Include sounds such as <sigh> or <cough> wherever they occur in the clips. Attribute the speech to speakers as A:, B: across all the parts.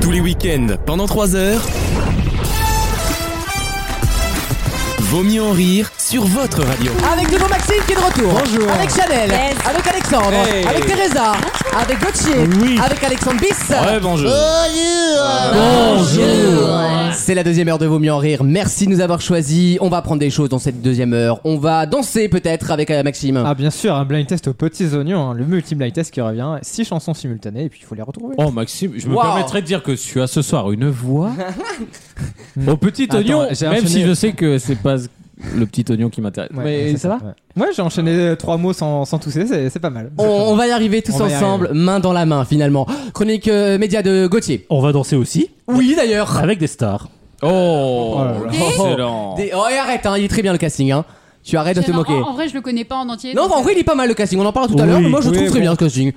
A: Tous les week-ends, pendant 3 heures. Vaut mieux en rire sur votre radio.
B: Avec nouveau Maxime qui est de retour.
C: Bonjour.
B: Avec Chanel.
D: Yes.
B: Avec Alexandre.
A: Hey.
B: Avec Teresa. Avec Gauthier.
C: Oui.
B: Avec Alexandre Bis. Euh,
A: Ouais, bonjour.
B: C'est la deuxième heure de Vaut mieux en rire. Merci de nous avoir choisis. On va apprendre des choses dans cette deuxième heure. On va danser peut-être avec euh, Maxime.
C: Ah bien sûr, un blind test aux petits oignons, hein, le multi-blind test qui revient, six chansons simultanées et puis il faut les retrouver.
E: Oh Maxime, je me
B: Wow.
E: permettrais de dire que tu as ce soir une
C: <laughs>
E: voix au petit
C: Attends,
E: oignon,
C: j'ai
E: même
C: enchaîné-
E: si je sais que c'est pas le petit oignon qui m'intéresse.
C: Ouais,
E: mais
C: c'est
E: ça va
C: Ouais, j'ai enchaîné euh, trois mots sans, sans tousser, c'est c'est pas mal.
B: On, on va y arriver tous
C: On va y
B: ensemble, main dans la main finalement. Chronique euh, média de Gauthier.
F: On va danser aussi
B: Oui d'ailleurs.
F: avec des stars.
E: Oh,
C: Oh là là.
E: excellent.
B: Des- Oh et arrête, hein, il est très bien le casting. Hein. Tu arrêtes de te
G: Non,
B: moquer.
G: En, en vrai, je le connais pas en entier.
B: Non,
G: donc, euh,
B: en vrai, il est pas mal le casting. On en parle tout à
F: Oui,
B: l'heure. mais Moi, je
C: oui,
B: trouve très
C: bon.
B: bien le casting.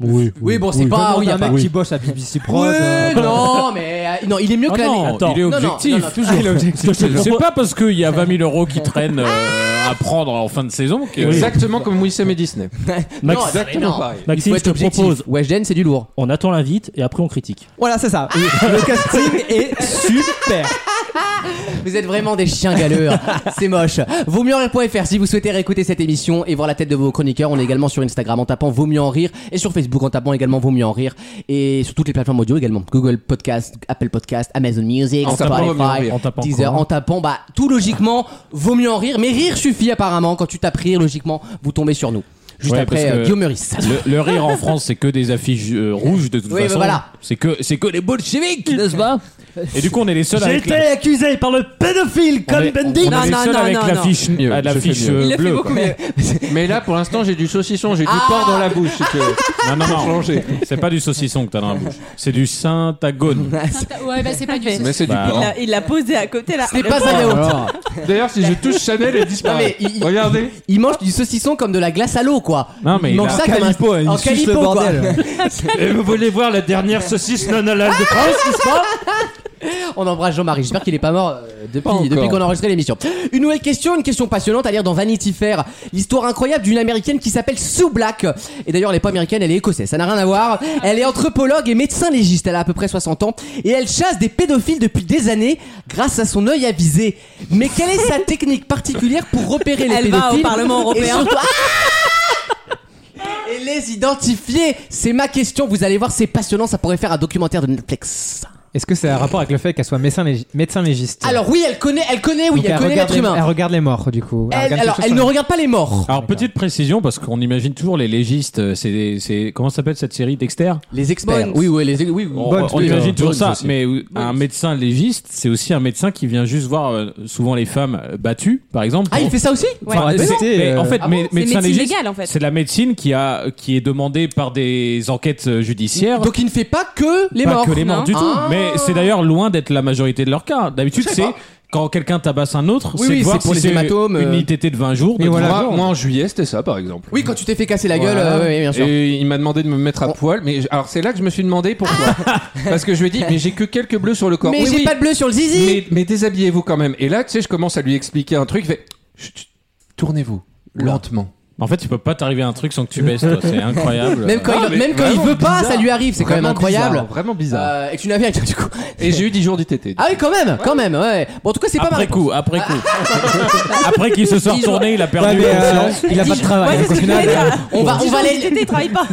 F: Oui.
B: Oui, bon, c'est
C: Venant
B: pas. bah Oui, y
C: d'un
B: a pas.
C: mec
F: Oui.
C: qui bosse à <laughs> BBC Prod.
B: Ouais,
C: euh,
B: non, mais euh, non, il est mieux
E: Oh
B: que l'année.
E: non,
F: Attends.
E: il est
B: Non, non,
E: objectif.
B: non, non, toujours.
C: il est objectif.
E: C'est pas parce qu'il y a 20 000 euros qui traînent euh, à prendre en fin de saison que.
H: Exactement comme Wissem et Disney.
F: Max-
B: Non,
H: Exactement
B: non.
H: pareil.
B: Il
F: Maxime,
B: faut
F: je
B: être
F: te
B: objectif.
F: propose,
B: Weshden, c'est du lourd.
F: on attend l'invite et après on critique.
C: Voilà, c'est ça. Le casting est super.
B: Vous êtes vraiment des chiens galeux.
E: <laughs>
B: hein. C'est moche. Vaut mieux en rire.fr si vous souhaitez réécouter cette émission et voir la tête de vos chroniqueurs. On est également sur Instagram en tapant Vaut mieux en rire et sur Facebook en tapant également Vaut mieux en rire et sur toutes les plateformes audio également. Google Podcast, Apple Podcast, Amazon Music,
H: En tapant Vaut mieux en
B: Spotify,
H: rire.
F: En tapant
B: Deezer.
F: quoi
B: En tapant, bah, tout logiquement, Vaut mieux en rire. Mais rire suffit apparemment. Quand tu tapes rire, logiquement, vous tombez sur nous. Juste
E: Ouais,
B: après
E: parce que-
B: euh, Guillaume Meurice.
E: Le, le rire en France, c'est que des affiches euh, rouges de toute
B: Oui, mais
E: façon.
B: voilà.
E: C'est que c'est que les bolcheviks, n'est-ce pas Et du coup, on est les seuls
F: J'ai
E: avec
F: été accusé par le pédophile
E: la... Ah, on est-
F: Cohn Bendit.
E: on est les
B: Non,
E: seuls
B: non,
E: avec
B: non,
E: l'affiche
H: non. Ah,
E: euh,
H: Je fais
E: l'affiche
H: mieux.
E: euh, bleue. quoi.
H: <laughs> Mais là, pour l'instant, j'ai du saucisson, j'ai du
B: Ah.
H: porc dans la bouche. si tu veux.
E: Non, non, non. C'est pas du saucisson que t'as dans la bouche. C'est du syntagone.
G: Saint- Ouais, bah c'est
B: <laughs>
G: pas du
H: Mais <laughs> c'est du
E: Bah,
H: porc.
E: non.
D: Il a- Il l'a posé à côté là.
B: Ce n'est pas un yaourt.
H: D'ailleurs, si je touche Chanel, elle
B: Non, mais
H: disparaît.
B: il- il-
H: Regardez.
B: Il mange du saucisson comme de la glace à l'eau, quoi.
E: Non, mais
B: il
E: il
B: mange
E: a-
B: ça comme un-
C: Calipo, il
B: en
C: suce le
B: calipo, quoi.
C: bordel.
F: Et vous voulez voir la dernière saucisse non halal
B: Ah
F: de
B: Hein,
F: France, n'est-ce pas
B: On embrasse Jean-Marie. J'espère qu'il est pas mort euh,
H: Pas
B: depuis,
H: encore.
B: depuis qu'on a enregistré l'émission. Une nouvelle question, une question passionnante à lire dans Vanity Fair. L'histoire incroyable d'une américaine qui s'appelle Sue Black. Et d'ailleurs, elle est pas américaine, elle est écossaise. Ça n'a rien à voir. Elle est anthropologue et médecin légiste. Elle a à peu près 60 ans. Et elle chasse des pédophiles depuis des années grâce à son œil avisé. Mais quelle est sa technique particulière pour repérer les
D: Elle va au
B: pédophiles
D: Parlement
B: et
D: européen.
B: surtout- Ah Et les identifier, c'est ma question. Vous allez voir, c'est passionnant. Ça pourrait faire un documentaire de Netflix.
C: Est-ce que c'est un rapport avec le fait qu'elle soit médecin, légi- médecin légiste
B: Alors oui, elle connaît, elle connaît, oui,
C: Donc,
B: elle connaît l'être
C: regarde les- Elle
B: humain.
C: regarde les morts, du coup.
B: Elle-
C: regarde
B: alors,
C: quelque chose
B: elle ne
C: sur-
B: regarde Ah, pas les morts.
E: Alors petite précision parce qu'on imagine toujours les légistes, euh, c'est des- c'est comment s'appelle cette série Dexter
B: Les experts.
D: Bones.
B: Oui, oui, les, oui, oui.
H: Oh,
E: on,
C: Bones,
E: on
C: oui,
E: imagine
C: euh,
E: toujours
B: Bones
E: ça,
B: aussi.
E: mais euh, un médecin légiste, c'est aussi un médecin qui vient juste voir euh, souvent les femmes euh, battues, par exemple.
B: Ah, il fait ça aussi
D: Ouais.
E: Enfin,
C: Mais
E: c'est-
C: non.
E: mais en fait,
B: Ah
E: mé-
D: C'est
E: médecin
D: médecine
E: légiste,
D: légale, en fait.
E: c'est la médecine qui a qui est demandée par des enquêtes euh, judiciaires.
B: Donc il ne fait pas que les
E: pas
B: morts.
E: que les morts
D: non
E: du tout.
B: Ah.
E: Mais c'est d'ailleurs loin d'être la majorité de leurs cas. D'habitude, c'est quand quelqu'un tabasse un autre,
B: Oui,
E: c'est
B: oui,
E: de voir
B: c'est pour
E: si
B: les
E: c'est
B: hématomes, euh.
E: une ITT de 20 jours. de
C: Oui, voilà.
E: voir-
H: Moi, moi, en juillet, c'était ça, par exemple.
B: Oui, quand tu t'es fait casser la gueule,
H: Voilà.
B: euh, oui, bien sûr. Oh.
H: Et il m'a demandé de me mettre à poil, mais je- alors c'est là que je me suis
B: <laughs>
H: demandé pourquoi. Parce que je lui ai dit, mais j'ai que quelques bleus sur le corps.
B: Mais
H: Oui,
B: j'ai
H: oui,
B: pas de bleu sur le zizi.
H: mais, mais déshabillez-vous quand même. Et là, tu sais, je commence à lui expliquer un truc. Il fait, Chut, chut, tournez-vous lentement.
E: En fait, tu peux pas t'arriver à un truc sans que tu baisses. toi.
B: <laughs>
E: C'est incroyable.
B: Même quand,
H: Ah,
B: il,
H: mais
B: même quand il
H: vraiment
B: veut pas,
H: bizarre.
B: ça lui arrive. C'est quand même
H: Vraiment
B: incroyable.
H: bizarre, vraiment bizarre.
B: Euh, et tu n'avais rien du coup.
H: Et j'ai eu 10 jours d'ITT.
B: Ah oui, quand même, quand même. Ouais. Bon, en tout cas, c'est pas
E: après
B: mal.
E: coup, après
B: <laughs>
E: coup. après qu'il se soit retourné, il a
C: Ouais,
E: perdu
C: mais, euh,
E: conscience.
C: il a pas de travail.
D: Ouais, c'est ce
C: donc,
D: que
C: au
D: je voulais
C: final, euh,
D: dire.
B: On va, on
D: Dix
B: va
D: jours
B: les.
D: d'ITT, travaille pas.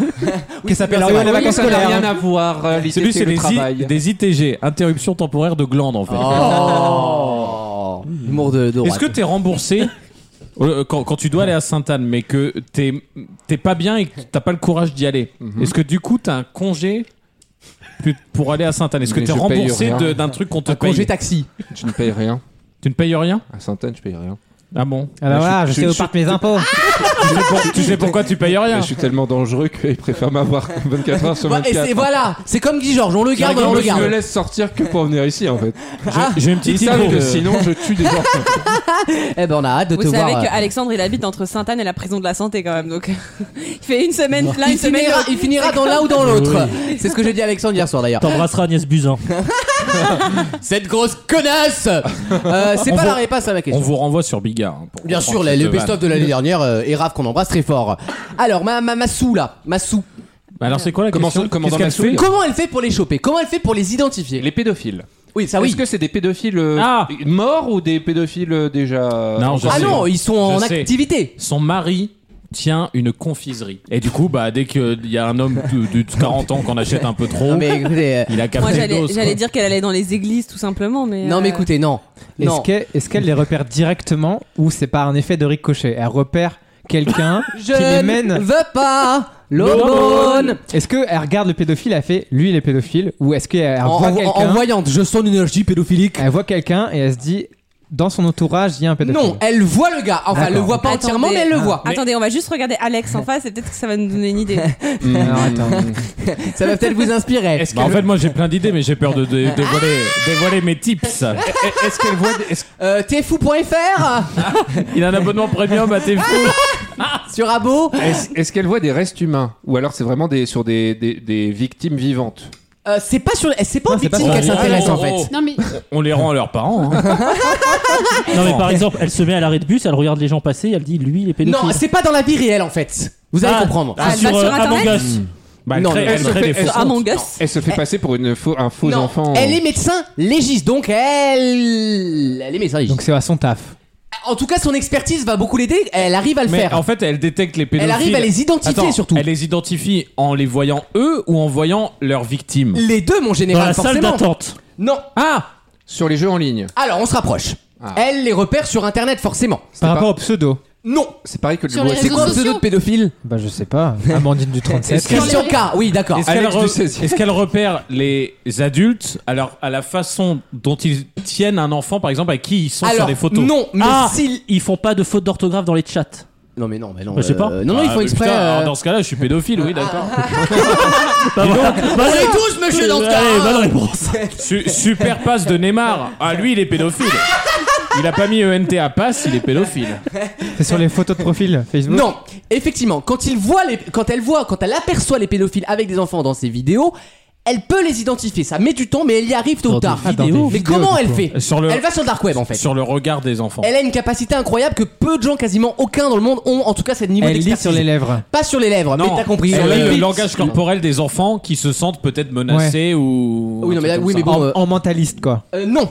C: Qui s'appelle
H: Alors,
C: Orion, les
H: oui,
C: vacances
H: ça n'a
C: scolaires.
B: hein.
H: rien à voir. euh,
E: C'est lui,
H: L'ITT,
E: c'est
H: le
E: des,
H: travail.
E: I- des ITG, interruption temporaire de glande en fait.
B: Ah. Oh. Humour de. de
E: Est-ce que
B: droite.
E: t'es
H: <laughs>
E: remboursé euh, quand, quand tu dois aller à Sainte-Anne, mais que t'es t'es pas bien et que t'as pas le courage d'y aller,
H: Mhm.
E: est-ce que du coup t'as un congé plus- pour aller à Sainte-Anne Est-ce que
H: Mais
E: t'es
H: je paye
E: remboursé
H: rien.
E: de- d'un truc qu'on te
B: Un congé
E: paye
B: taxi.
H: Je ne paye rien.
E: Tu ne payes rien
H: À Sainte-Anne, je paye rien.
E: Ah bon
C: Alors bah voilà, je
E: suis-
C: sais où
E: je suis-
C: partent mes impôts.
E: tu, sais pour- tu sais pourquoi tu payes rien
H: Mais je suis tellement dangereux qu'il préfère <laughs> m'avoir 24 heures sur
B: Ouais, et
H: 24.
B: c'est- voilà, c'est comme Guy Georges, on le garde, on le
H: je me
B: garde.
H: laisse sortir que pour venir ici en fait.
E: J'ai- J'ai une
H: Ah. Ils
E: petite
H: savent
E: idée.
H: que sinon je tue des gens.
B: Eh ben, on a hâte de te
D: Vous
B: voir.
D: savez
B: euh,
D: qu'Alexandre, il habite entre Sainte-Anne et la prison de la santé quand même. Donc <laughs> il fait une semaine là,
B: il
D: une semaine
B: finira,
D: là.
B: il finira dans l'un ou dans l'autre. C'est ce que j'ai dit à Alexandre hier soir d'ailleurs.
F: T'embrasseras Agnès Buzyn.
B: Cette grosse connasse Euh, C'est
E: On
B: pas
E: vous-
B: la réponse à ma
E: On
B: question.
E: vous renvoie sur Bigard. hein, pour
B: Bien
E: reprendre
B: sûr, la-
E: cette
B: le best-of
E: vanne.
B: de l'année dernière, euh, et Raph qu'on embrasse très fort. Alors, ma, ma, ma sou là, ma sou.
E: Mais Bah alors, c'est quoi la
H: Comment
E: question
H: ça- comment
E: Qu'est-ce
H: dans la
E: qu'elle fait
H: soupe
B: Comment elle fait pour les choper Comment elle fait pour les identifier
H: Les pédophiles.
B: Oui, ça oui.
H: Est-ce que c'est des pédophiles euh,
E: Ah
H: morts ou des pédophiles euh, déjà
E: Non, je
B: Ah
E: sais.
B: non, ils sont en
E: Je sais. <laughs>
B: activité.
E: Son mari tient une confiserie. Et du coup, bah, dès qu'il y a un homme de, de 40 ans qu'on achète un peu trop,
B: Non mais écoutez, euh,
E: il a
D: Moi,
E: capté le
D: j'allais
E: dos.
D: j'allais dire qu'elle allait dans les églises, tout simplement, mais.
B: non mais
D: euh,
B: écoutez, non.
C: Est-ce
B: Non.
C: qu'elle est-ce qu'elle les repère directement ou c'est par un effet de ricochet Elle repère quelqu'un qui
B: Je
C: les
B: ne
C: mène.
B: veux pas l'aumône.
C: Est-ce qu'elle regarde le pédophile, elle fait lui il est pédophile ou est-ce qu'elle
B: En, en-
C: voit
B: en- en
C: quelqu'un
B: voyante, je sens une énergie pédophilique.
C: Elle voit quelqu'un et elle se dit dans son entourage il y a un pédophile.
B: Non, elle voit le gars. Enfin, elle le
C: D'accord.
B: voit pas
D: Attendez.
B: entièrement, mais ah, elle le voit.
D: Attendez, on va juste regarder Alex en face et peut-être que ça va nous donner une idée.
C: Alors, attends.
H: hein.
B: Ça va peut-être vous <laughs> inspirer.
E: Bah, en fait, moi, j'ai plein d'idées, mais j'ai peur de,
B: Ah
E: dé- dévoiler, dévoiler
B: <laughs>
E: mes tips. E-,
F: Est-ce qu'elle voit des- est-ce-
B: Euh, <laughs> Tfou.fr
E: Il a un abonnement premium à tes
B: Ah sur Abo.
H: <laughs> Est-ce est-ce qu'elle voit des restes humains ou alors c'est vraiment des, sur des, des, des victimes vivantes
B: Euh, c'est pas sur, c'est pas
C: Non,
B: aux
C: c'est pas
B: victimes
C: sur-
B: qu'elle
E: Oh,
B: s'intéresse
E: oh,
B: en fait.
E: oh.
G: Non, mais
E: On les rend à leurs parents.
B: Ah,
E: hein.
I: Non, mais par exemple, elle se met à l'arrêt de bus, elle regarde les gens passer, elle dit lui, il est pédophile.
B: Non, c'est pas dans la vie réelle en fait. Vous allez
I: Ah,
B: comprendre.
I: ah,
D: Elle va
I: sur,
D: sur
I: euh, Among
D: Internet
B: Hmm.
I: Us.
E: Bah, elle
B: Non,
E: crée-
B: mais-
E: elle crée des
H: Elle
D: Sur
H: se-
D: Among Us.
H: Elle se fait passer pour une faux, un faux
B: Non,
H: enfant.
B: Elle est médecin légiste, donc elle, elle est médecin légiste.
C: Donc c'est à son taf.
B: en tout cas, son expertise va beaucoup l'aider. Elle arrive à le
E: Mais
B: faire.
E: en fait, elle détecte les pédophiles.
B: elle arrive à les identifier
E: Attends,
B: surtout.
E: Elle les identifie en les voyant eux ou en voyant leurs victimes.
B: Les deux, mon
I: Dans
B: général,
I: la salle
B: forcément.
I: d'attente.
B: non.
E: Ah
H: Sur les jeux en ligne.
B: Alors, on se rapproche.
H: Ah.
B: Elle les repère sur Internet, forcément.
H: C'est
C: Par
H: pas-
C: rapport au peudo.
B: Non.
H: C'est pareil que le
G: Sur les
H: c'est
B: C'est
G: réseaux
B: quoi le
G: sociaux.
B: pseudo de pédophile
C: Bah je sais pas. Amandine <laughs> du 37.
I: Sur les-
B: Christian K. Oui, d'accord.
E: Est-ce qu'elle
H: Alex
E: re-
H: du 16e.
E: est-ce qu'elle repère les adultes alors à la façon dont ils tiennent un enfant, par exemple, à qui ils sont sur
B: Alors,
E: les photos
B: non, mais
I: Ah.
B: s'il.
I: Ils font pas de faute d'orthographe dans les chats.
B: Non, mais non, mais non.
I: Bah, je sais
B: euh,
I: pas.
B: Non, non, il
E: Ah,
B: faut
E: mais
B: exprès.
E: putain,
B: euh, Ah,
E: alors Dans ce cas-là, je suis pédophile, oui, d'accord. <laughs>
I: Bah, voilà. Bah,
B: On est
I: non.
B: tous, ah. monsieur, dans ce
I: Allez,
B: cas.
I: bonne
B: hein. <laughs>
I: réponse.
E: Su- super passe de Neymar. Ah, lui, il est pédophile. Il a pas mis ENT à passe, il est pédophile.
C: C'est sur les photos de profil Facebook.
B: Non, effectivement, quand il voit les, quand elle voit, quand elle aperçoit les pédophiles avec des enfants dans ses vidéos, elle peut les identifier. Ça met du temps, mais elle y arrive tôt ou
C: Dans
B: tard.
C: des Ah, dans vidéos. des
B: mais
C: vidéos,
B: comment
C: du
B: elle
C: coup.
B: fait
E: Sur le,
B: Elle va sur le dark web en fait.
E: sur le regard des enfants.
B: Elle a une capacité incroyable que peu de gens, quasiment aucun dans le monde, ont. En tout cas, c'est le niveau
C: Elle lit
B: d'expertise.
C: sur les lèvres.
B: Pas sur les lèvres, mais t'as compris. Euh,
E: Sur
B: Elle
E: Ah le,
B: lit.
E: langage corporel des enfants qui se sentent peut-être menacés ou.
B: Oui, non, mais là, oui, mais bon, euh,
C: En mentaliste quoi.
B: euh, non,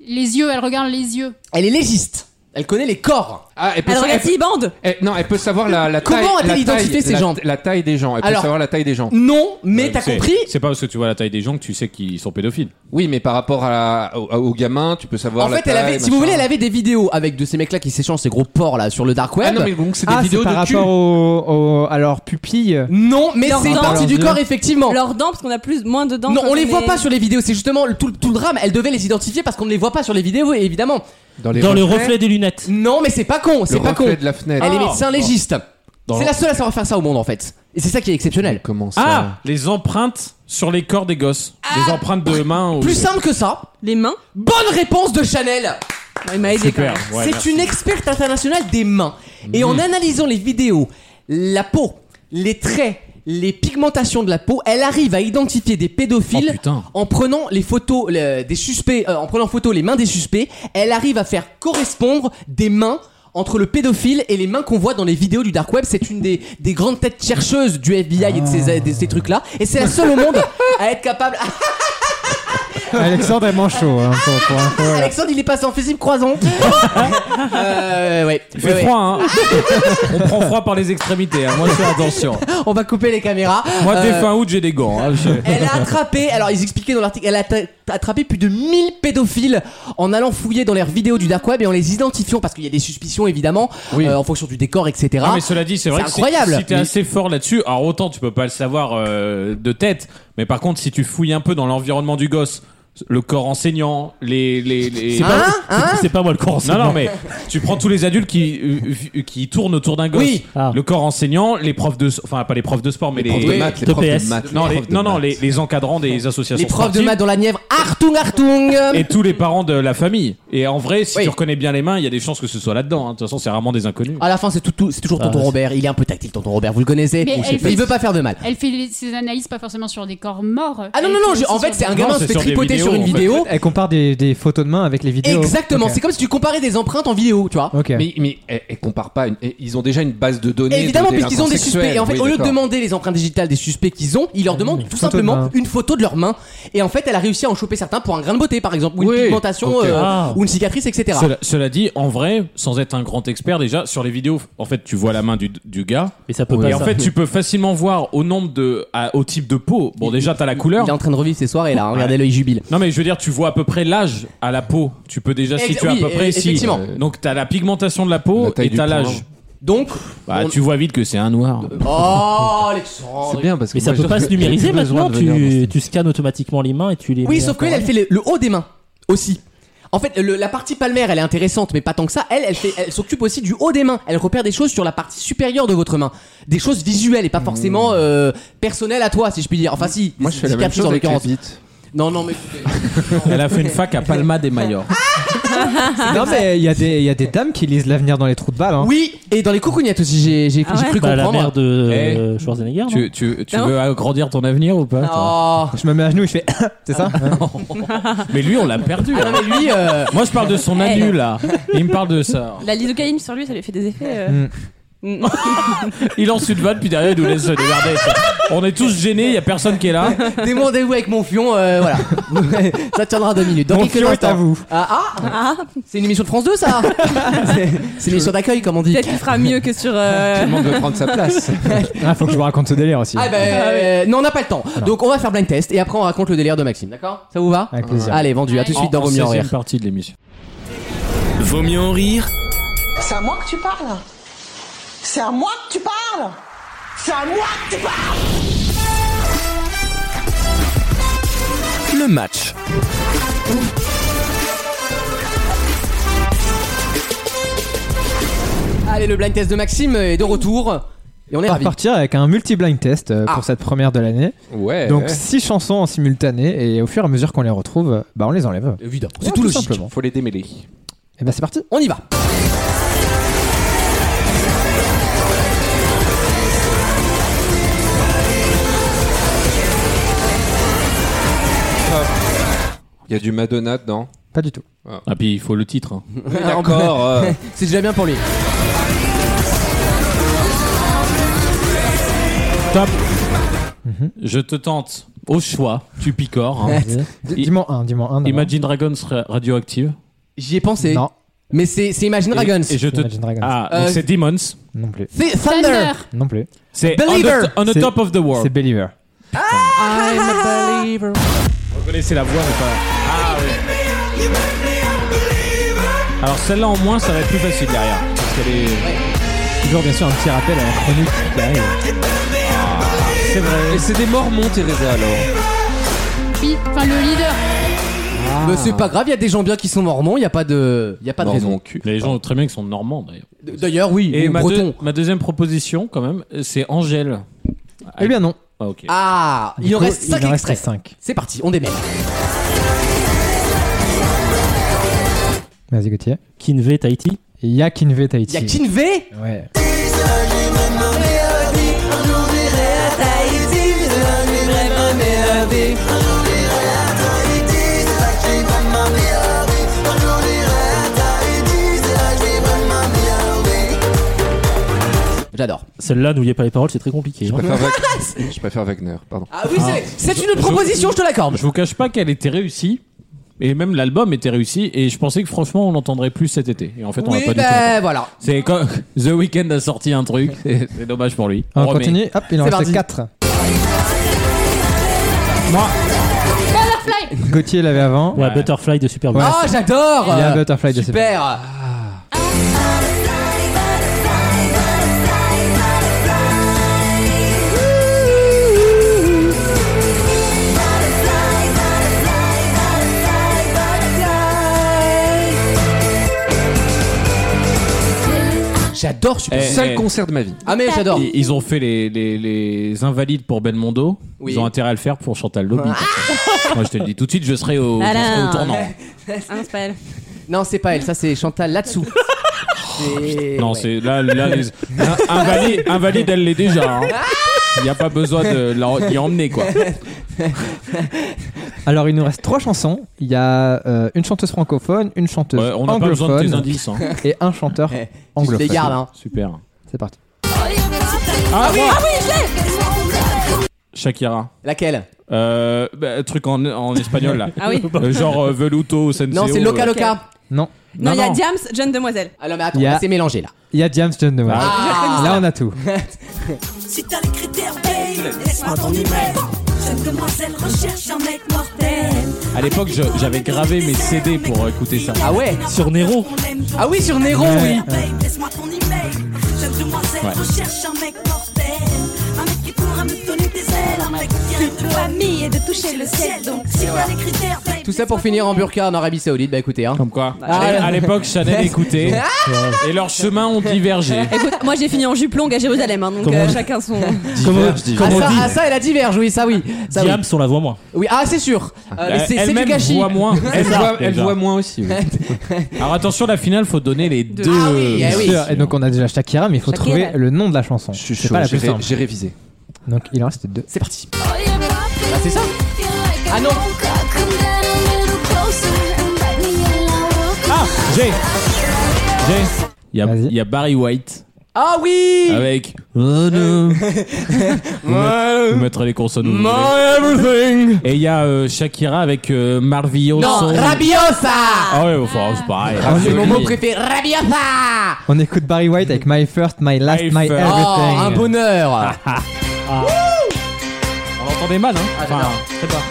G: les yeux, elle regarde les yeux.
B: elle est légiste. Elle connaît les corps.
H: Ah, elle peut,
D: Elle
H: sa-
D: regarde
H: elle-
D: bande
H: elle- non, elle peut savoir la, la
B: Comment
H: taille.
B: a-t-elle
H: la taille-
B: identifié ces
H: la-
B: gens
H: La taille des gens. Elle peut
B: Alors-
H: savoir la taille des gens.
B: Non, mais t'as
E: Euh, c'est-
B: compris.
E: C'est pas parce que tu vois la taille des gens que tu sais qu'ils sont pédophiles.
H: Oui, mais par rapport à, au, au gamin, tu peux savoir
B: En
H: la
B: fait,
H: taille.
B: elle avait, si vous
H: machin.
B: voulez, elle avait des vidéos avec de ces mecs-là qui s'échangent ces gros porcs là sur le dark
H: Ah
B: web.
H: non, mais donc c'est des
C: Ah c'est
H: vidéos
C: par
H: de cul.
C: rapport au, au- à leur pupille.
B: Non, mais
D: Leurs
B: c'est une
D: dents.
B: partie du
C: Leurs
B: corps,
C: yeux.
B: effectivement.
D: Leurs dents, parce qu'on a plus, moins de dents.
B: Non,
D: quand
B: on les voit
D: est-
B: pas sur les vidéos, c'est justement le- tout, le- tout le drame. Elle devait les identifier parce qu'on ne les voit pas sur les vidéos, et évidemment.
I: Dans le reflet des lunettes.
B: Non, mais c'est pas con,
H: Le
B: c'est pas con.
H: reflet de la Oh. fenêtre.
B: Elle est
E: Ah,
B: médecin légiste.
E: Dans-
B: C'est la seule à savoir faire ça au monde en fait. Et c'est ça qui est exceptionnel.
H: Comment ça
E: Ah Les empreintes sur les corps des gosses. Les empreintes de mains ou.
B: Ah. Plus simple que ça,
D: Les mains
B: bonne réponse de Chanel.
D: Bon, Il m'a aidé quand
E: Super.
D: même.
E: ouais,
B: c'est
E: merci. Mm.
B: une experte internationale des mains. Et en analysant les vidéos, la peau, les traits, les pigmentations de la peau, elle arrive à identifier des pédophiles
E: Oh, putain.
B: en prenant les photos le- des suspects, euh, en prenant en photo les mains des suspects. Elle arrive à faire correspondre des mains entre le pédophile et les mains qu'on voit dans les vidéos du dark web. C'est une des, des grandes têtes chercheuses du FBI et de
E: Ah.
B: ces, euh, de ces trucs-là. Et c'est la seule au monde à être capable.
C: <laughs>
B: <laughs>
C: Alexandre est manchot. hein, pour- pour info, voilà.
B: Alexandre, il est passé en fusible croisant. <laughs> Euh, ouais.
E: Il
B: Ouais,
E: fait
B: ouais.
E: froid, hein <laughs> On prend froid par les extrémités, hein. moi je fais attention.
B: On va couper les caméras.
E: Moi dès
B: Euh,
E: fin août j'ai des gants. hein. Je-
B: Elle a attrapé, alors ils expliquaient dans l'article, elle a atta- attrapé plus de 1000 pédophiles en allant fouiller dans leurs vidéos du dark web et en les identifiant parce qu'il y a des suspicions évidemment
H: Oui.
B: euh, en fonction du décor, etc.
E: Non, mais cela dit, c'est vrai
B: Ah, c'est
E: que si-
B: incroyable.
E: si, t'es
B: Mais-
E: assez fort là-dessus, alors autant tu peux pas le savoir euh, de tête, mais par contre, si tu fouilles un peu dans l'environnement du gosse, le corps enseignant, les. les, les- Ah,
I: C'est pas,
B: Hein Hein
I: c'est- c'est pas moi le corps.
E: Non, non, mais tu prends tous les adultes qui, euh, qui tournent autour d'un gosse.
B: Oui.
I: Ah.
E: Le corps enseignant, les profs de. Enfin, pas les profs de sport, mais les.
H: Les profs de maths, les profs de
I: TPS.
H: maths.
E: non, les,
H: profs de
E: non, non,
H: maths.
E: les, les encadrants des associations.
B: Les profs de
E: sportives
B: maths dans la Nièvre, Artung Artung
E: Et tous les parents de la famille. Et en vrai, si
B: Oui.
E: tu reconnais bien les mains, il y a des chances que ce soit là-dedans. hein. De toute façon, c'est rarement des
H: Ah,
E: inconnus.
B: À la fin, c'est tout, tout- c'est toujours tonton
I: Ah,
B: Robert. Il est un peu tactile, tonton Robert, vous le connaissez.
G: Mais
E: euh,
G: elle
B: il
G: fait-
B: veut pas faire de mal.
G: Elle fait les- ses analyses pas forcément sur des corps morts.
B: Ah non,
G: Elle
B: non, non,
G: fait
B: je- en
G: aussi
B: fait,
G: sur
B: c'est
G: des-
B: un gamin
E: Non,
B: se
E: c'est
B: fait
E: sur des
B: tripoter sur,
E: vidéos,
B: sur une
H: en fait.
B: vidéo.
C: Elle compare des, des photos de main avec les vidéos.
B: oh. Exactement,
C: Ok.
B: c'est comme si tu comparais des empreintes en vidéo, tu vois.
C: Ok.
H: Mais, mais elle, elle compare pas. une- elle- ils ont déjà une base de données.
B: Et
H: de
B: évidemment, puisqu'ils ont des
H: délinquants
B: suspects. Et en fait,
H: sexuels.
B: au
H: Oui,
B: lieu de
H: d'accord.
B: demander les empreintes digitales des suspects qu'ils ont, ils leur demandent tout
C: photo de
B: simplement
C: main.
B: une photo de leur main. Et en fait, elle a réussi à en choper certains pour un grain de beauté, par exemple, ou une
H: Oui,
B: pigmentation,
H: ok.
B: euh,
I: Ah.
B: ou une cicatrice, etc.
E: Cela, cela dit, en vrai, sans être un grand expert, déjà, sur les vidéos, en fait, tu vois la main du, du gars.
I: Mais ça peut pas.
E: et en
I: ça.
E: fait, tu peux facilement voir au nombre de. à- au type de peau. Bon, déjà, t'as la couleur.
B: Il est en train de revivre ses soirées là, hein. regardez-le, il jubile.
E: Non, mais je veux dire, tu vois à peu près l'âge à la peau. Tu peux déjà
B: Ex-
E: situer
B: oui,
E: à peu près
B: e-
E: ici.
B: effectivement.
E: Donc, t'as la pigmentation de la
H: La
E: peau
H: taille
E: et
H: du
E: t'as
H: poing.
E: l'âge.
B: Donc.
E: Bah,
B: on-
E: tu vois vite que c'est un noir.
B: <laughs> Oh, Alexandre
H: C'est bien parce que.
I: Mais ça
H: moi,
I: peut
H: je-
I: pas se
H: j'ai
I: numériser
H: plus besoin
I: maintenant.
H: de venir dans
I: Tu,
H: ce-
I: tu scannes automatiquement les mains et tu les.
B: Oui,
I: mets
B: sauf
I: en
B: qu'elle, elle fait le, le haut des mains aussi. En fait, le- la partie palmaire, elle est intéressante, mais pas tant que ça. Elle, elle, fait- elle s'occupe aussi du haut des mains. Elle repère des choses sur la partie supérieure de votre main, des choses visuelles et pas forcément euh, personnelles à toi, si je puis dire. Enfin, si.
H: Moi,
B: des-
H: je fais
B: des
H: la même
B: cicatrices,
H: chose
B: en
H: avec les
B: l'occurrence.
H: bites.
B: Non, non, mais
E: <laughs> Elle a fait une fac à Palma de Mallorca.
C: Non, mais il y, a des- il y a des dames qui lisent l'avenir dans les trous de balles. Hein.
B: oui. Et dans les coucougnettes aussi, j'ai, j'ai,
D: Ah
B: j'ai
D: ouais
B: cru
I: Bah, la
B: comprendre.
I: mère de euh, Schwarzenegger. non
E: Tu, tu, tu
D: Non.
E: veux agrandir ton avenir ou pas toi
B: Oh.
C: Je me mets à genoux et je fais. <laughs> c'est ça
E: Mais lui, on l'a perdu. hein.
B: Non, mais lui, euh,
E: Moi, je parle de son
D: Eh.
E: anus là. Il me parle de ça.
D: La lidocaïne sur lui, ça lui fait des effets. euh. Mm.
E: Il lance une vanne, puis derrière, il nous laisse se démerder. On est tous gênés, il y a personne qui est là.
B: démondez-vous avec mon fion. euh, voilà. <laughs> ça tiendra deux minutes. Dans
C: Mon
B: quelques
C: fion est
B: instants.
C: à vous.
B: Ah, ah,
D: <laughs> Ah,
B: c'est une émission de France 2, ça. <laughs> c'est, c'est une émission d'accueil, comme on dit.
D: peut-être qu'il fera mieux que sur.
B: <laughs>
D: euh,
H: Tout le monde veut prendre sa place.
C: Ah, faut que je vous raconte ce délire aussi.
B: Ah ben, euh, non, on n'a pas le temps. Donc on va faire blind test et après on raconte le délire de Maxime, d'accord Ça vous va
C: Avec plaisir.
B: Allez, vendu, à tout de suite dans Vaut mieux en rire.
E: partie de l'émission.
A: Vaut mieux en rire
J: C'est à moi que tu parles C'est à moi que tu parles C'est à moi que tu parles
A: le match.
B: Allez, le blind test de Maxime est de retour et on est
C: On va
B: ravis.
C: partir avec un multi-blind test euh,
B: Ah. Eh
C: pour cette première de l'année.
H: Ouais.
C: Donc, six chansons en simultané, et au fur et à mesure qu'on les retrouve, euh, bah, on les enlève.
B: Évidemment,
C: Ouais,
B: c'est tout logique.
C: simplement.
H: faut les démêler.
C: Et bah, c'est parti.
B: On y va.
H: Il y a du Madonna dedans.
C: Pas du tout.
E: Ah, puis il faut le titre. hein.
H: D'accord. euh,
B: C'est déjà bien pour lui.
E: Top. Je te tente au choix, tu picores. <laughs> hein.
C: D- <laughs> Dis-moi un, dis-moi un. d'abord.
E: Imagine Dragons ra- radioactive.
B: J'y ai pensé.
C: Non,
B: Mais c'est c'est Imagine Dragons.
E: Et, et je te...
C: Imagine Dragons.
E: Ah, donc
B: Euh,
E: c'est Demons.
C: non plus.
B: C'est Thunder.
G: Thunder.
C: Non plus.
E: C'est on
B: Believer.
E: the, on the
C: C'est-
E: top of the
C: C'est
E: world.
C: Believer.
B: Ah.
E: Vous connaissez la voix, mais pas. Ah, oui. Alors celle-là en moins, ça va être plus facile derrière. Parce qu'elle est.
C: Toujours, bien sûr, un petit rappel à la chronique qui arrive.
E: C'est vrai.
H: Et c'est des Mormons,
B: <laughs>
H: Teresa alors.
G: Puis- Enfin, le leader.
B: Mais c'est pas grave, il y a des gens bien qui sont mormons, il y a pas de il y a pas de raison.
H: Mormons cul.
E: Les gens très bien qui sont normands d'ailleurs.
B: D'ailleurs, oui,
E: Et
B: ou
E: ma, deux-
B: breton.
E: ma deuxième proposition, quand même, c'est Angèle.
C: Eh bien, non.
E: Ah, ok.
B: Ah, il
C: Du
B: en
C: coup,
B: reste 5
C: Il en reste
B: extraits.
C: 5.
B: C'est parti, on démêle.
C: Vas-y, Gauthier.
I: Kinvey, Tahiti.
C: Yakinve Tahiti.
B: Il y a Kinvey
C: Ouais.
B: J'adore.
I: Celle-là, n'oubliez pas les paroles, c'est très compliqué. hein.
H: Je préfère Wag- Je préfère Wagner, pardon.
B: Ah oui, c'est- c'est une proposition, je te l'accorde.
E: Je vous cache pas qu'elle était réussie. Et même l'album était réussi. Et je pensais que franchement, on l'entendrait plus cet été. Et en fait, on l'a
B: Oui,
E: pas du tout. entendu.
B: ben voilà.
E: C'est quand <laughs> The Weeknd a sorti un truc. C'est c'est dommage pour lui.
C: On
E: remet.
C: continue. Hop, il en
B: C'est parti.
C: reste 4.
G: Butterfly.
C: Gauthier l'avait avant.
I: Ouais,
E: Ouais.
I: Butterfly de Super
C: Ouais.
B: Oh, j'adore
C: Il y a un Butterfly de Super.
B: Super Ah, J'adore Super
E: Eh,
H: Seul
E: eh,
H: concert de ma vie.
B: Ah mais j'adore
E: ils, ils ont fait les, les, les invalides pour Belmondo.
B: Oui. Ah.
E: Ils ont intérêt à le faire pour Chantal Lobby. Moi, je te le dis tout de suite, je serai au, je
D: Alors.
E: serai au tournant.
D: Ah, c'est pas elle.
B: Non c'est pas elle, ça c'est Chantal <laughs> là-dessous Oh,
E: Non, c'est là, là les- là, invalide, invalide, elle l'est déjà. hein. Il n'y a pas besoin de l'en- d'y emmener, quoi.
C: Alors, il nous reste trois chansons. Il y a euh, une chanteuse francophone, une chanteuse
E: Ouais, on n'a pas besoin de tes
C: anglophone
E: indices. hein.
C: et un chanteur
B: <laughs> Eh, tu te
C: anglophone.
B: les gardes, hein.
E: Super.
C: C'est parti.
E: Ah, oui, Shakira.
B: Laquelle
E: Euh, bah, truc en, en
B: <laughs>
E: espagnol là.
D: Ah oui.
E: Euh, genre euh, Veluto, Senseo.
B: Non, c'est Loca
E: euh.
B: Loca.
C: Non.
D: Non,
E: Non,
D: il y a
E: non.
D: Diams, jeune demoiselle.
B: Ah non, mais attends,
C: Il y a-
B: là, c'est mélangé là.
C: Il y a James John Noel.
B: Ah.
C: Là, on a tout.
K: Si t'as les critères, babe, laisse-moi ton email. Jeune demoiselle recherche un mec mortel.
E: À l'époque, je- j'avais gravé mes CD pour euh, écouter ça.
B: Ah ouais
I: Sur Nero.
B: Ah oui, sur Nero, oui.
K: Babe, laisse-moi ton email. Jeune demoiselle recherche un mec mortel. Un mec qui pourra me donner des ailes. Un mec qui vient de famille et de toucher le ciel. Donc si t'as les critères, babe,
B: Tout ça pour finir en burqa en Arabie Saoudite, bah écoutez, hein.
E: Comme quoi.
B: Ah,
E: à
B: ouais. Ah.
E: à
B: <laughs>
E: l'époque, Chanel écoutait. et leurs chemins ont divergé.
D: Écoute, moi j'ai fini en jupe longue à Jérusalem, hein, donc
I: Comment-
D: euh, chacun son.
I: Comment,
B: Ah
I: comment on
B: ça,
I: dit
B: ah ça, elle a diverge, oui, ça oui. Ça, oui.
I: Diams, on la voit moins.
B: Oui, ah c'est sûr. Euh, mais c'est- <laughs> c'est du
E: Bah, Elle-même
B: gâchis.
E: voit moins.
H: Elle voit, elle
E: Déjà.
H: voit moins aussi. oui.
E: Alors attention, la finale, faut donner les deux. euh,
B: Ah oui, eh oui.
C: Bien sûr. Et donc, on a déjà Shakira, mais il faut
D: Shakira.
C: trouver le nom de la chanson.
H: Je suis
C: C'est
H: chaud,
C: pas la
H: j'ai
C: plus
H: ré-
C: simple.
H: j'ai révisé.
C: Donc, il en reste deux.
B: C'est parti. Ah, c'est ça Ah non
E: Ah, j'ai. J'ai. Il y, a-
C: Vas-y.
E: il y a Barry White
B: Ah oui
E: avec. Oh, no. Vous mettre- vous mettre les consonnes. où vous voulez.
B: everything
E: Et il y a euh, Shakira avec euh, Marvioso.
B: Non, Rabiosa
E: Ah ouais, enfin, c'est pareil.
C: Ah,
B: C'est mon
E: Joli.
B: mot préféré, Rabiosa
C: On écoute Barry White avec My First, My Last,
E: My
C: My,
E: First.
C: Everything.
B: Oh, un bonheur
E: On l'entendait mal, hein.
B: j'adore.
E: très bas.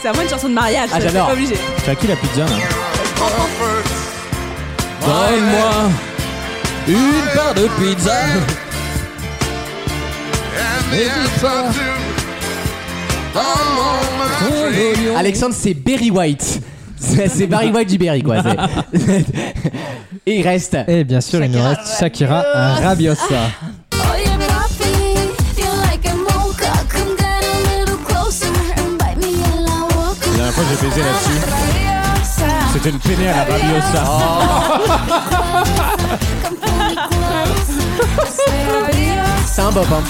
D: C'est à moi une chanson de mariage,
B: Ah,
D: ça, c'est
B: j'adore.
D: pas obligé.
E: T'as qui la pizza là Donne-moi une part de pizza.
B: Alexandre, c'est Berry White. C'est c'est Barry White du Berry, quoi. c'est- Et il reste.
C: Et bien sûr, il nous reste Shakira Rabiosa.
B: Ah,
E: La dernière fois, j'ai baisé là-dessus. C'était le peiné à la Rabiosa.
B: C'est un bop, hein.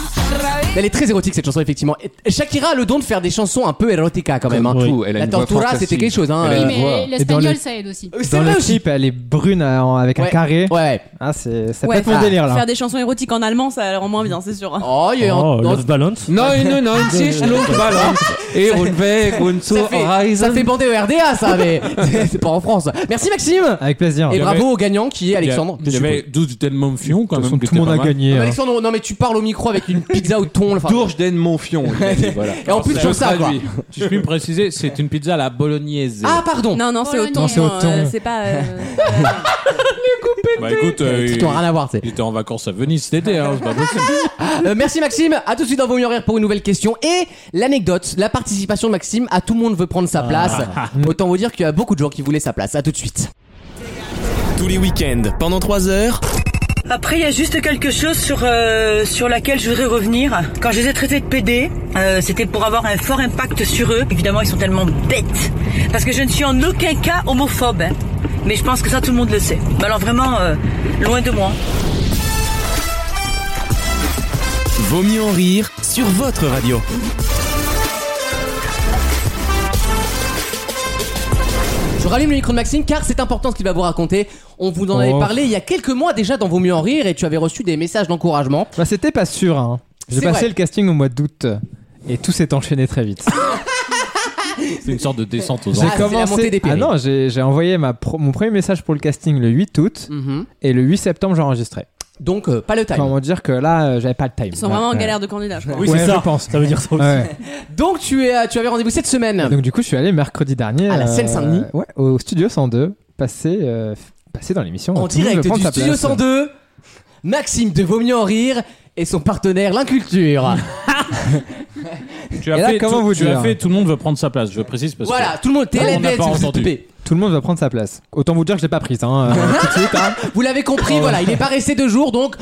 B: Elle est très érotique cette chanson, effectivement. Et Shakira a le don de faire des chansons un peu erotica quand même. hein.
I: Oui.
H: Elle a
B: La
H: une voix
B: tortura,
H: fantastique.
B: c'était quelque chose. Hein.
H: Elle a
G: Oui,
H: une
B: Euh,
H: voix.
G: mais
C: Et dans
G: l'espagnol,
C: le-
G: ça aide aussi.
B: C'est
C: Dans
B: vrai
C: le
B: aussi.
C: clip, elle est brune euh, en- avec un
B: Ouais.
C: carré.
B: Ouais, ouais.
C: Ah, c'est, ça
D: Ouais,
C: peut être mon
D: faire-
C: délire là.
D: Faire des chansons érotiques en allemand, ça a l'air moins bien, c'est sûr. hein.
B: Oh, il y a un-
I: Oh,
B: dans-
I: Love Balance.
H: Nein, nein, nein, <laughs> si Schluck balance. Et Rundweg und so
B: ça, fait, ça fait bander au RDA, ça, mais c'est- c'est pas en France. Merci Maxime
C: Avec plaisir.
B: Et
E: y
B: bravo
E: avait-
B: au gagnant qui est Alexandre.
E: Il y avait 12 tellement fion quand
C: De toute
E: même.
C: façon,
E: qui
C: tout le
E: était
C: monde
E: pas
C: a
E: mal.
C: gagné.
B: Non,
C: hein.
B: Alexandre, non Ah, mais tu parles au micro avec une pizza au thon. Enfin,
H: Dourgen Monfion. il a dit, voilà.
B: et en plus
H: Je
B: pour ça, quoi.
H: traduis.
E: Si je puis me préciser, c'est une pizza à la bolognaise.
B: Ah, pardon.
D: Non, non, c'est
E: Oh,
D: au
G: Non,
D: thon.
C: c'est au thon.
D: euh, C'est pas. euh,
E: bah écoute, euh,
B: Ils
E: il,
B: t'ont rien à voir, tu sais.
E: il était en vacances à Venise cet été, hein, c'est pas possible.
B: Euh, merci Maxime, à tout de suite dans Vaut mieux en rire pour une nouvelle question et l'anecdote, la participation de Maxime à tout le monde veut prendre sa place.
C: Ah.
B: <laughs> Autant vous dire qu'il y a beaucoup de gens qui voulaient sa place. À tout de suite.
A: Tous les week-ends, pendant 3 heures.
K: Après, il y a juste quelque chose sur, euh, sur laquelle je voudrais revenir. Quand je les ai traités de PD, euh, c'était pour avoir un fort impact sur eux. Évidemment, ils sont tellement bêtes. Parce que je ne suis en aucun cas homophobe. hein. Mais je pense que ça, tout le monde le sait. Mais alors vraiment, euh, loin de moi.
A: Vaut mieux en rire sur votre radio.
B: Je rallume le micro de Maxime car c'est important ce qu'il va vous raconter. On vous en
C: Oh.
B: avait parlé il y a quelques mois déjà dans Vaut mieux en rire et tu avais reçu des messages d'encouragement.
C: Bah, c'était pas sûr. hein. J'ai
B: C'est
C: passé
B: vrai. Ah,
C: le casting au mois d'août et tout s'est enchaîné très vite.
E: C'est une sorte de descente aux
C: J'ai
E: enfers.
B: c'est la montée des
C: ah
B: périls.
C: non, j'ai, j'ai envoyé ma pro- mon premier message pour le casting le 8 août
B: Mhm.
C: et le 8 septembre j'ai enregistré.
B: Donc euh, pas le time.
C: Comment dire que là euh, j'avais pas le time.
D: Ils sont vraiment en
C: Ouais.
D: galère de candidats, je crois.
I: Oui,
C: Ouais,
I: c'est ça.
C: je pense.
I: Ça veut dire ça aussi.
C: Ouais.
B: Donc tu es, tu avais rendez-vous cette semaine.
C: Donc du coup je suis allé mercredi dernier
B: À la Seine-Saint-Denis.
C: euh, ouais, au studio 102 passer euh, f- passer dans l'émission.
B: en
C: Tout le monde veut
B: direct
C: prendre
B: du
C: sa
B: studio
C: place.
B: 102, Maxime de Vaut mieux en rire et son partenaire l'inculture.
E: Tu as,
C: Et là,
E: fait,
C: comment
E: tout,
C: vous
E: tu as
C: dire
E: fait tout le monde veut prendre sa place, je précise parce
B: voilà, tout le monde
E: On n'a
B: TLFS,
E: pas
B: vous vous
E: entendu.
B: occupez.
C: Tout le monde va prendre sa place. Autant vous dire que je l'ai pas
B: <laughs>
C: prise hein. euh, tout de suite, hein.
B: Vous l'avez compris, voilà, il est pas resté deux jours
C: <laughs>
B: donc.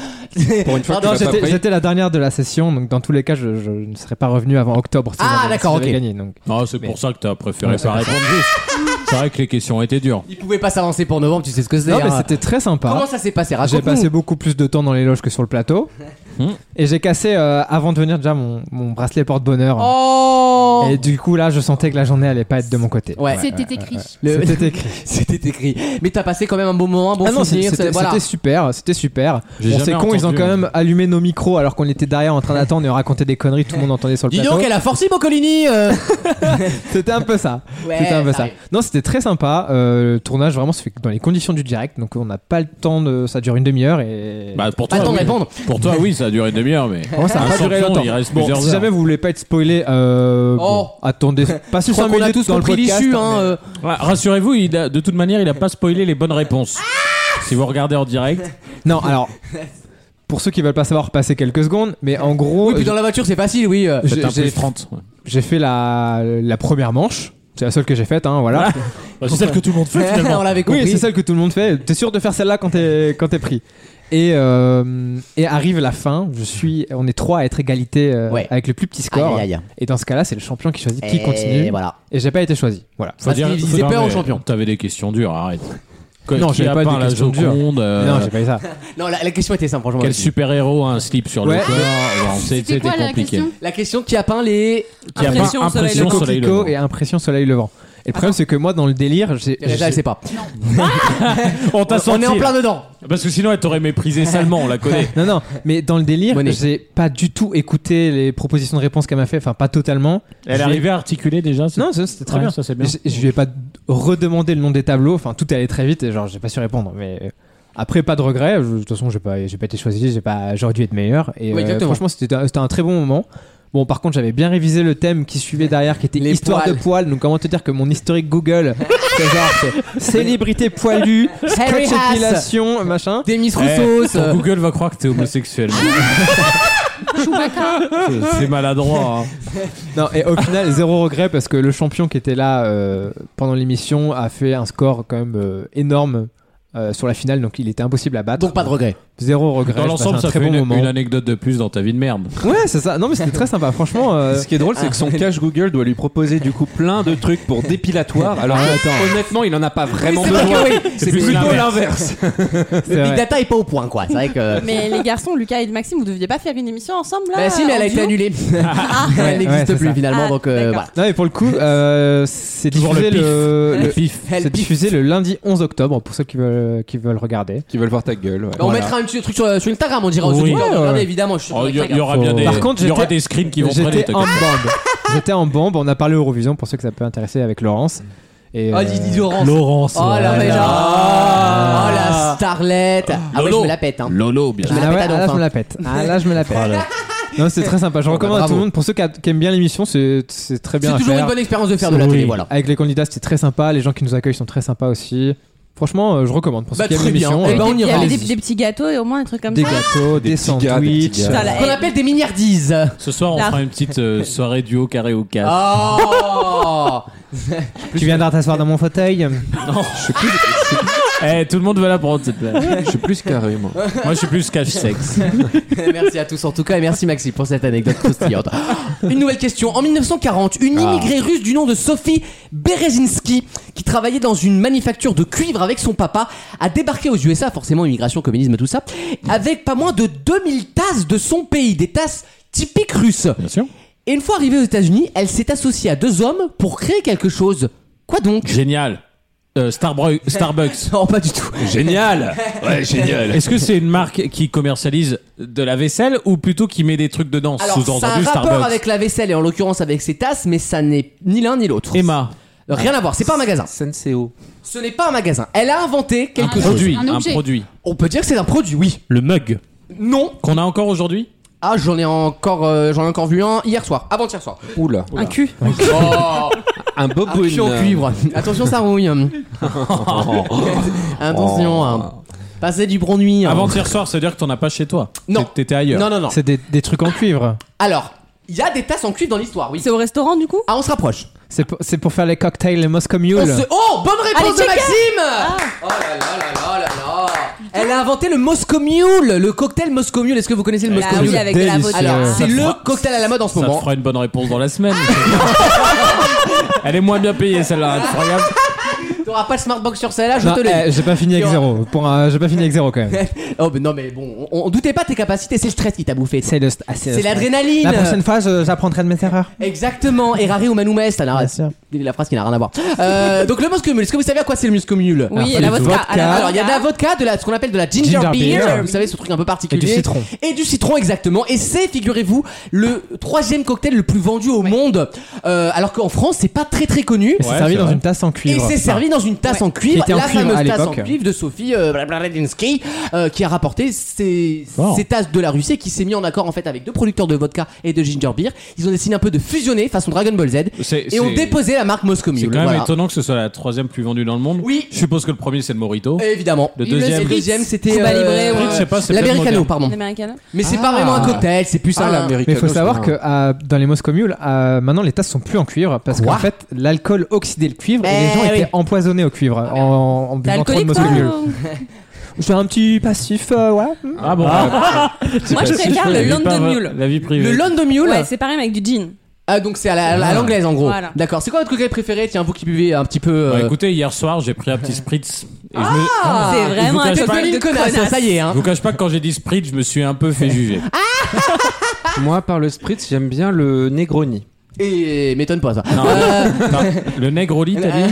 H: Pour une fois que
C: Non,
H: tu l'as pas
C: j'étais
H: pris.
C: j'étais la dernière de la session, donc dans tous les cas, je, je ne serais pas revenu avant octobre. si
B: Ah,
C: j'avais-
B: d'accord,
C: si j'avais
B: ok.
C: Gagné, donc.
E: que. Ah, c'est
C: Mais-
E: pour ça que t'as préféré
C: Ouais, c'est <laughs>
E: pas répondre juste. C'est vrai que les questions étaient dures.
B: Il pouvait pas s'avancer pour novembre, tu sais ce que c'est.
C: Non, mais
B: hein.
C: c'était très sympa.
B: Comment ça Ah, s'est passé
C: J'ai
B: Raconte-nous. <laughs>
C: passé beaucoup plus de temps dans les loges que sur le plateau.
E: Hmm.
C: Et j'ai cassé euh, avant de venir déjà mon, mon bracelet porte-bonheur.
B: Oh
C: Et du coup là, je sentais que la journée allait pas être de mon côté.
G: C'était écrit.
B: Le-
C: C'était écrit.
B: <laughs> C'était écrit. Mais t'as passé quand même un bon moment, un bon
C: ah non, c'est-
B: souvenir.
C: c'était
B: c'est- voilà.
C: c'était super, c'était super.
E: J'ai
C: Bon,
E: jamais
C: c'est con, ils ont
E: entendu,
C: quand
E: moi.
C: même allumé nos micros alors qu'on était derrière en train d'attendre et on racontait des conneries, tout le
B: <laughs>
C: monde entendait sur le
B: Dis
C: plateau.
B: donc, elle a forcé Boccolini
C: <laughs>
B: euh.
C: C'était un peu ça.
B: Ouais,
C: c'était un peu
B: ça
C: ça.
B: arrive.
C: Non, c'était très sympa. Euh, le tournage vraiment se fait dans les conditions du direct, donc on n'a pas le temps de. Ça dure une demi-heure et.
B: <laughs>
E: Bah, pour toi,
B: Attends de
E: oui.
B: répondre.
E: Pour toi, oui, ça a duré une demi-heure, mais.
C: Vraiment, ça
E: Un
C: n'a pas duré
E: champion,
C: longtemps.
E: Il reste
C: Bon,
E: plusieurs
C: si
E: heures.
C: jamais vous voulez pas être spoilé, euh,
B: Oh.
C: bon,
B: <laughs>
C: attendez, passez
B: Je crois
C: 5
B: qu'on
C: minutes
B: a tous
C: dans le
B: compris
C: podcast,
B: l'issue. Hein,
C: mais-
B: euh.
E: Ouais, Rassurez-vous, il a- de toute manière, il a pas spoilé les bonnes réponses. Si vous regardez
C: <laughs>
E: en direct,
B: hein. <laughs>
C: Non, alors pour ceux qui veulent pas savoir, passez quelques secondes, mais en gros,
B: Oui, puis dans la voiture, c'est facile, oui.
C: <laughs>
B: euh.
C: J'ai-
E: c'est un
C: j'ai-
E: peu 30. ouais.
C: j'ai fait la, la première manche. C'est la seule que j'ai faite,
B: <laughs>
C: hein, voilà.
I: Bah, c'est celle que tout le monde fait
B: On
E: <laughs>
I: finalement.
B: l'avait compris.
C: Oui, c'est celle que tout le monde fait. T'es sûr de faire celle-là quand t'es quand t'es pris. Et, euh, et arrive la fin. Je suis, on est trois à être égalité euh,
B: Ouais.
C: avec le plus petit
B: Aïe,
C: score.
B: aïe, aïe.
C: Et dans ce cas-là, c'est le champion qui choisit qui
B: Et
C: continue.
B: Eh, voilà. Ah.
C: Et j'ai pas été choisi. Voilà.
E: Faut
B: Parce
E: dire-
B: qu'il
E: faut-
B: faisait
E: non,
B: peur aux
E: mais
B: champions.
E: T'avais des questions dures, arrête.
C: Non,
E: j'ai
C: j'avais pas des
E: la
C: questions dures.
E: Joconde, euh,
C: Non, j'ai pas eu ça.
B: Non, la, la question était simple, franchement.
E: Quel super-héros a un slip sur
C: Ouais.
E: le corps Bon, c'est-
G: C'était quoi la
E: compliqué.
G: question
B: La question qui a peint les.
E: Qui a
D: Impression
E: pas
D: au soleil
E: impression
D: levant.
E: soleil
C: Coquelicot
E: levant.
C: et impression soleil levant. Et le problème, c'est que moi, dans le délire, j'ai.
B: Déjà,
C: j'ai-
B: elle sait pas.
E: On t'a
B: On
E: senti.
B: est en plein dedans.
E: Parce que sinon, elle t'aurait méprisé salement, on
C: <laughs>
E: la connaît.
C: Non, non, mais dans le délire,
B: Monet.
C: j'ai pas du tout écouté les propositions de réponse qu'elle m'a fait, enfin pas totalement.
E: Elle
C: J'ai-
E: arrivait à articuler déjà c'est-
C: Non, ça, c'était très
E: Ouais,
C: bien.
E: ça, c'est bien.
C: Je, je lui ai pas redemandé le nom des tableaux, enfin tout est allé très vite et genre j'ai pas su répondre. Mais euh, après, pas de regret, Je- de toute façon j'ai pas, j'ai pas été choisi, j'ai pas, j'aurais dû être meilleur. Et euh,
B: Oui, exactement.
C: franchement, c'était un, c'était un très bon moment. Bon, par contre, j'avais bien révisé le thème qui suivait derrière, qui était
B: Les
C: histoire
B: poils.
C: de poils. Donc, comment te dire que mon historique
B: <laughs>
C: Google, c'est genre c'est célébrité poilue,
B: Harry
C: scotch
B: Haas.
C: épilation, machin.
B: Demis
E: Eh,
B: Roussos.
E: ton
B: euh,
E: Google va croire que t'es homosexuel.
B: <laughs>
E: C'est- C'est maladroit. hein.
C: Non, et au final, zéro regret parce que le champion qui était là euh, pendant l'émission a fait un score quand même euh, énorme euh, sur la finale, donc il était impossible à battre.
B: euh, Donc, pas de regret.
C: Zéro regret.
E: Dans
C: j'ai
E: l'ensemble,
C: passé un
E: ça
C: très
E: fait
C: bon
E: une,
C: moment.
E: une anecdote de plus dans ta vie de merde.
C: Ouais, c'est ça. Non, mais c'était très sympa. Franchement, euh,
H: Ce qui est drôle, c'est que son
B: ah.
H: cache Google doit lui proposer du coup plein de trucs
B: <laughs>
H: pour dépilatoire. Alors honnêtement, il en a pas vraiment
B: Ah. Oui, c'est
H: besoin.
B: vrai que oui.
H: C'est plutôt l'inverse.
C: c'est
B: Le big
C: vrai.
B: data est pas au point, quoi. C'est vrai que.
D: Mais les garçons, Lucas et Maxime, vous deviez pas faire une émission ensemble là
B: Bah, si, mais elle
D: en
B: a été
D: duo
B: annulée. Elle
C: <laughs> Ouais,
B: n'existe
C: c'est
B: plus
C: ça.
B: finalement,
D: Ah,
B: donc euh,
D: d'accord.
B: voilà.
C: Non, et pour le coup, euh, c'est
E: Toujours le
C: diffusé
E: pif.
C: le, le-
E: Pif.
B: Elle
C: c'est
B: pique.
C: diffusé le lundi 11 octobre pour ceux qui veulent, qui veulent regarder.
H: Qui veulent voir ta gueule. ouais.
B: Bah, On mettra un petit truc sur, sur Instagram, on dira aux
E: Oui.
B: auditeurs. de
C: Ouais,
B: regarder,
C: ouais.
B: évidemment, je suis
E: Oh, Il y, il y
B: Instagram.
E: aura bien des,
C: Par contre,
E: il y aura
C: j'étais-
E: des screens qui vont traîner.
C: J'étais
E: t'inquiète
C: en
E: pas.
C: bande. J'étais en bande. On a parlé Eurovision pour ceux que ça peut intéresser avec Laurence. Et,
B: Oh,
C: euh,
B: dis, dis Laurence.
I: Laurence.
B: Oh la
I: ouais.
B: méchante. Oh la starlette. Ah ouais, je
E: Lolo.
B: me la pète. Hein.
E: Lolo, bien
B: Je me la
C: Ah
B: pète
C: ouais,
B: à
C: ah là,
B: l'enfin.
C: je me la pète. Ah là, je me la pète. Non, c'est très sympa. Je
B: Bon,
C: recommande
B: bah,
C: à
B: bravo.
C: tout le monde. Pour ceux qui, a- qui aiment bien l'émission, c'est c'est très bien
B: C'est
C: à
B: toujours
C: faire.
B: une bonne expérience de faire de la télé,
I: Oui.
B: voilà.
C: Avec les candidats, c'était très sympa. Les gens qui nous accueillent sont très sympas aussi. Franchement, euh, je recommande. Pour ceux
B: Bah,
C: qui aiment
B: très bien.
C: l'émission,
B: Eh
C: euh,
B: ben, on
D: Il y
B: ira.
D: avait des, des petits gâteaux et au moins un truc comme
C: des
D: ça.
C: gâteaux, des,
H: petits gars, des
C: sandwichs.
H: petits gars.
D: Putain, la
B: Qu'on
D: haine.
B: appelle des milliardises.
E: Ce soir, on
D: La-
E: fera une petite
B: <laughs>
E: euh, soirée duo carré au casse.
B: Ah. Oh
C: tu viendras t'asseoir dans mon fauteuil.
E: Eh, tout le monde va la prendre cette
B: <laughs>
E: blague.
H: Je suis plus carré moi.
B: Ah.
E: Moi, je suis plus cash sexe.
B: Merci à tous en tout cas et merci Maxi pour cette anecdote croustillante. Une nouvelle question. En 1940,
E: Ah.
B: une immigrée russe du nom de Sophie Berezinski, qui travaillait dans une manufacture de cuivre avec son papa, a débarqué aux USA, forcément immigration, communisme, tout ça, avec pas moins de 2000 tasses de son pays, des tasses typiques russes.
E: Bien sûr.
B: Et une fois arrivée aux États-Unis, elle s'est associée à deux hommes pour créer quelque chose. Quoi donc
E: Génial. Euh, Starbru- Starbucks.
B: Non, pas du tout.
H: Génial.
E: <laughs>
H: Ouais, génial.
E: Est-ce que c'est une marque qui commercialise de la vaisselle ou plutôt qui met des trucs dedans
B: Alors, ça a un
E: Sous-entendu
B: rapport
E: Starbucks.
B: avec la vaisselle et en l'occurrence avec ses tasses, mais ça n'est ni l'un ni l'autre.
E: Emma,
B: Rien à voir, c'est pas un magasin.
H: Senseo.
B: Ce n'est pas un magasin. Elle a inventé quelque chose.
G: Un
E: produit,
G: un
E: un
G: objet.
E: produit.
B: Ah. On peut dire que c'est un produit, oui.
I: Le mug.
B: Non.
E: Qu'on a encore aujourd'hui
B: Ah, j'en ai encore, euh, j'en ai encore vu un hier soir, avant-hier soir.
H: Oula.
D: Un cul.
B: Oh,
H: Un
B: un cul en
H: boboon.
B: cuivre. Attention, ça <laughs> rouille. Attention. hein. Passer du bronze nuit. hein.
E: Avant-hier soir, ça veut dire que t'en as pas chez toi.
B: Non.
E: T'é- T'étais ailleurs.
B: Non, non, non.
C: C'est des, des trucs en cuivre.
B: Alors, il y a des tasses en cuivre dans l'histoire, oui.
D: C'est au restaurant du coup
B: Ah, on se rapproche.
C: C'est pour, c'est pour faire les cocktails, les Moscow
B: On
C: Mule.
B: se- Oh, bonne réponse
D: Allez,
B: de
D: checker
B: Maxime Oh là là là là là là Elle a inventé le Moscow Mule, le cocktail Moscow Mule. Est-ce que vous connaissez le
D: Bah
B: Moscow
D: oui,
B: Mule
D: avec de la
C: Délicieux.
D: vodka.
B: Alors, Ah c'est
E: te
B: le
E: fera-
B: cocktail à la mode en ce
E: Ça te
B: moment.
E: fera une
B: <laughs>
E: bonne hein, réponse dans la semaine. Elle est moins bien payée celle-là, incroyable.
B: T'auras pas le smartbox sur celle-là, je
C: Non,
B: te le
C: eh,
B: dis.
C: j'ai pas fini avec
B: Sur-
C: zéro. Pour un- j'ai pas fini avec zéro quand même.
B: <laughs> Oh, mais non, mais bon, on, on doutait pas de tes capacités, c'est le stress qui t'a bouffé.
C: C'est le,
B: C'est l'adrénaline.
C: La prochaine fois, je- j'apprendrai de mes erreurs.
B: Exactement, errare humanum est, alors, la phrase qui n'a rien à voir. Euh, <laughs> donc le muscomule, est-ce que vous savez à quoi c'est Ah, le muscomule
D: Oui, à la vodka, à la
B: Alors il y a de la vodka, de la, ce qu'on appelle de la ginger,
C: Ginger
B: beer,
C: beer.
B: vous savez ce truc un peu particulier.
C: citron.
B: Et du citron exactement. Et c'est, figurez-vous, le troisième cocktail le plus vendu au monde, Euh, alors qu'en France c'est pas très très connu.
C: Et c'est servi dans une tasse en cuivre.
B: Et c'est servi dans une tasse en
C: Qui
B: cuivre,
C: était en
B: la
C: cuivre à
B: fameuse tasse en
C: l'époque.
B: cuivre de Sophie euh, Blablabla-Dinsky, euh, qui a rapporté ces,
C: Wow.
B: ces tasses de la Russie, et qui s'est mis en accord en fait avec deux producteurs de vodka et de ginger beer. Ils ont décidé un peu de fusionner façon Dragon Ball Z
E: C'est-
B: et ont
E: c'est-
B: déposé la marque Moscow Mule.
E: C'est quand même
B: Voilà.
E: étonnant que ce soit la troisième plus vendue dans le monde.
B: Oui.
E: Je suppose que le premier c'est le Morito.
B: Évidemment.
E: Le
B: Et le
E: deuxième.
B: deuxième, c'était,
D: Cuba Libre,
B: euh,
D: ouais.
E: Je sais pas, c'est peut-être
B: L'Americano,
E: moderne.
B: pardon.
D: L'américaine.
B: Mais c'est
C: Ah.
B: pas vraiment un cocktail, c'est plus
H: Ah,
B: un.
H: l'Américaine.
C: Mais il faut
H: Ricardo,
C: savoir que
H: c'est
C: à- dans les Moscow Mule, à- maintenant les tasses sont plus en cuivre parce
B: Quoi
C: qu'en fait l'alcool oxydait le cuivre et
B: Eh
C: les gens
B: oui.
C: étaient empoisonnés au cuivre
I: Ah,
C: en, en
D: T'es
C: buvant trop de
D: alcoolique toi
C: Moscow Mule.
D: ou-
C: J'ai un petit passif, euh, ouais.
E: Ah bon
D: Moi je préfère le London Mule.
E: La euh, vie privée.
B: Le London Mule
D: Ouais, c'est pareil mais avec du gin.
B: Ah, donc c'est à la- à la- à l'anglaise en gros.
D: Voilà.
B: D'accord. C'est quoi votre cocktail préféré Tiens, vous qui buvez un petit peu. euh,
E: Bah, écoutez, hier soir, j'ai pris un petit spritz. Et je me-
D: c'est vraiment
E: je
D: un
E: vous cache pas-
D: cocktail de
B: une connasse,
D: connasse.
B: ça y est. Hein.
E: Je vous cache pas que quand j'ai dit spritz, je me suis un peu fait juger.
B: Ah.
H: Moi, par le spritz, j'aime bien le Negroni.
B: Et m'étonne pas ça.
E: Non.
B: Euh,
E: Non, le Negroni, t'as dit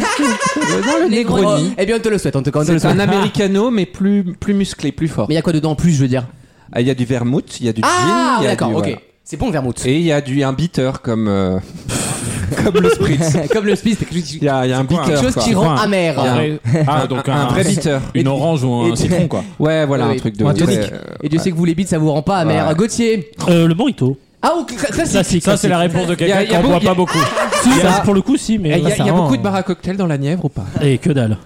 H: Non, le Negroni.
B: Ah, Eh bien, on te le souhaite, en tout cas. On te le
H: C'est
B: souhaite.
H: un americano, mais plus, plus musclé, plus fort.
B: Mais il y a quoi dedans en plus, je veux dire
H: Ah, Il y a du vermouth, il y a du
B: Ah,
H: gin, il y a
B: d'accord,
H: du-
B: ok.
H: voilà.
B: C'est bon le vermouth.
H: Et il y a du un bitter comme euh, <laughs> comme le spritz.
B: Comme le spice, c'est quelque chose-
H: Il y a, il y a un
E: quoi,
H: bitter.
B: quelque chose
H: quoi.
B: qui
E: Enfin,
B: rend amer.
H: y a un-
E: Après- Ah, donc
H: un,
E: un,
H: vrai bitter.
E: une orange ou un
B: et-
E: citron, quoi.
H: Ouais, voilà
B: Oui.
H: un truc de.
B: Un tonic.
H: ouais, euh,
B: Et Dieu sait que vous les bites, ça vous rend pas amer.
H: Ouais.
B: Gauthier.
I: Euh, le Morito.
B: Ah, ok, ça, ça, c'est.
I: Classique.
E: Ça, c'est la
I: classique.
E: réponse de
H: Y a-
E: quelqu'un
H: y a
E: qui en
H: beau-
E: boit
H: y a-
E: pas beaucoup.
I: Si, ça, pour le coup, si, mais.
H: eh, Il y a,
I: ça
H: il y a
I: rend,
H: beaucoup de
I: euh,
C: hein.
H: bars à cocktail dans la Nièvre ou pas
I: Et que dalle.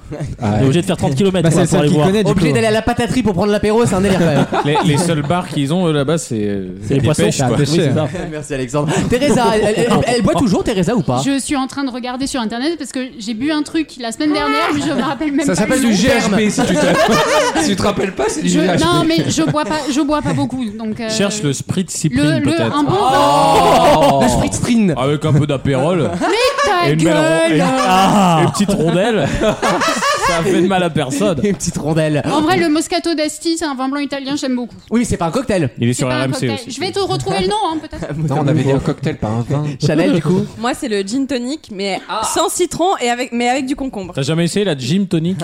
I: On est obligé de faire 30 km
C: Bah, c'est
I: pour
C: le seul
I: aller
C: qui
I: voir.
C: connaît du
B: Obligé
C: coup.
B: d'aller à la pataterie pour prendre l'apéro, c'est un délire quand même.
E: Les, les seuls bars qu'ils ont euh, là-bas, c'est euh,
I: C'est les
E: des
I: poissons.
E: pêches,
I: ça,
E: quoi.
I: oui, c'est ça.
B: <laughs> Merci Alexandre. Teresa, elle, elle- elle- elle boit toujours Teresa ou pas
G: Je suis en train de regarder sur internet parce que j'ai bu un truc la semaine dernière, mais je me rappelle même
H: Ça
G: pas.
H: s'appelle
G: le
H: du
G: nom.
H: GHB <laughs> si
G: <laughs>
H: tu te, si tu te rappelles pas, c'est du
G: Je-
H: GHB.
G: Non, mais je bois pas, je bois pas beaucoup, donc. euh,
E: Cherche le spritz
G: le,
E: cyprine,
G: le-
E: peut-être.
G: un bon.
B: Le spritztrin.
E: Avec un peu d'apérole.
G: Ta
E: Et une, belle ro- et
G: gueule
E: une- et une petite
G: <laughs>
E: rondelle. ça fait de mal à personne.
B: Oh, Une petite rondelle.
G: En vrai, le Moscato d'Asti, c'est un vin blanc italien, j'aime beaucoup.
B: Oui, mais c'est pas un cocktail.
E: Il est
G: C'est
E: sur
G: pas un
E: RMC
G: cocktail.
E: aussi.
G: Je vais te retrouver le nom, hein, peut-être.
H: Non,
B: <laughs>
H: on avait dit un cocktail, pas un vin.
B: Chanel, du coup.
D: Moi c'est le gin tonic mais sans citron et avec mais avec du concombre.
E: T'as jamais essayé la gym tonic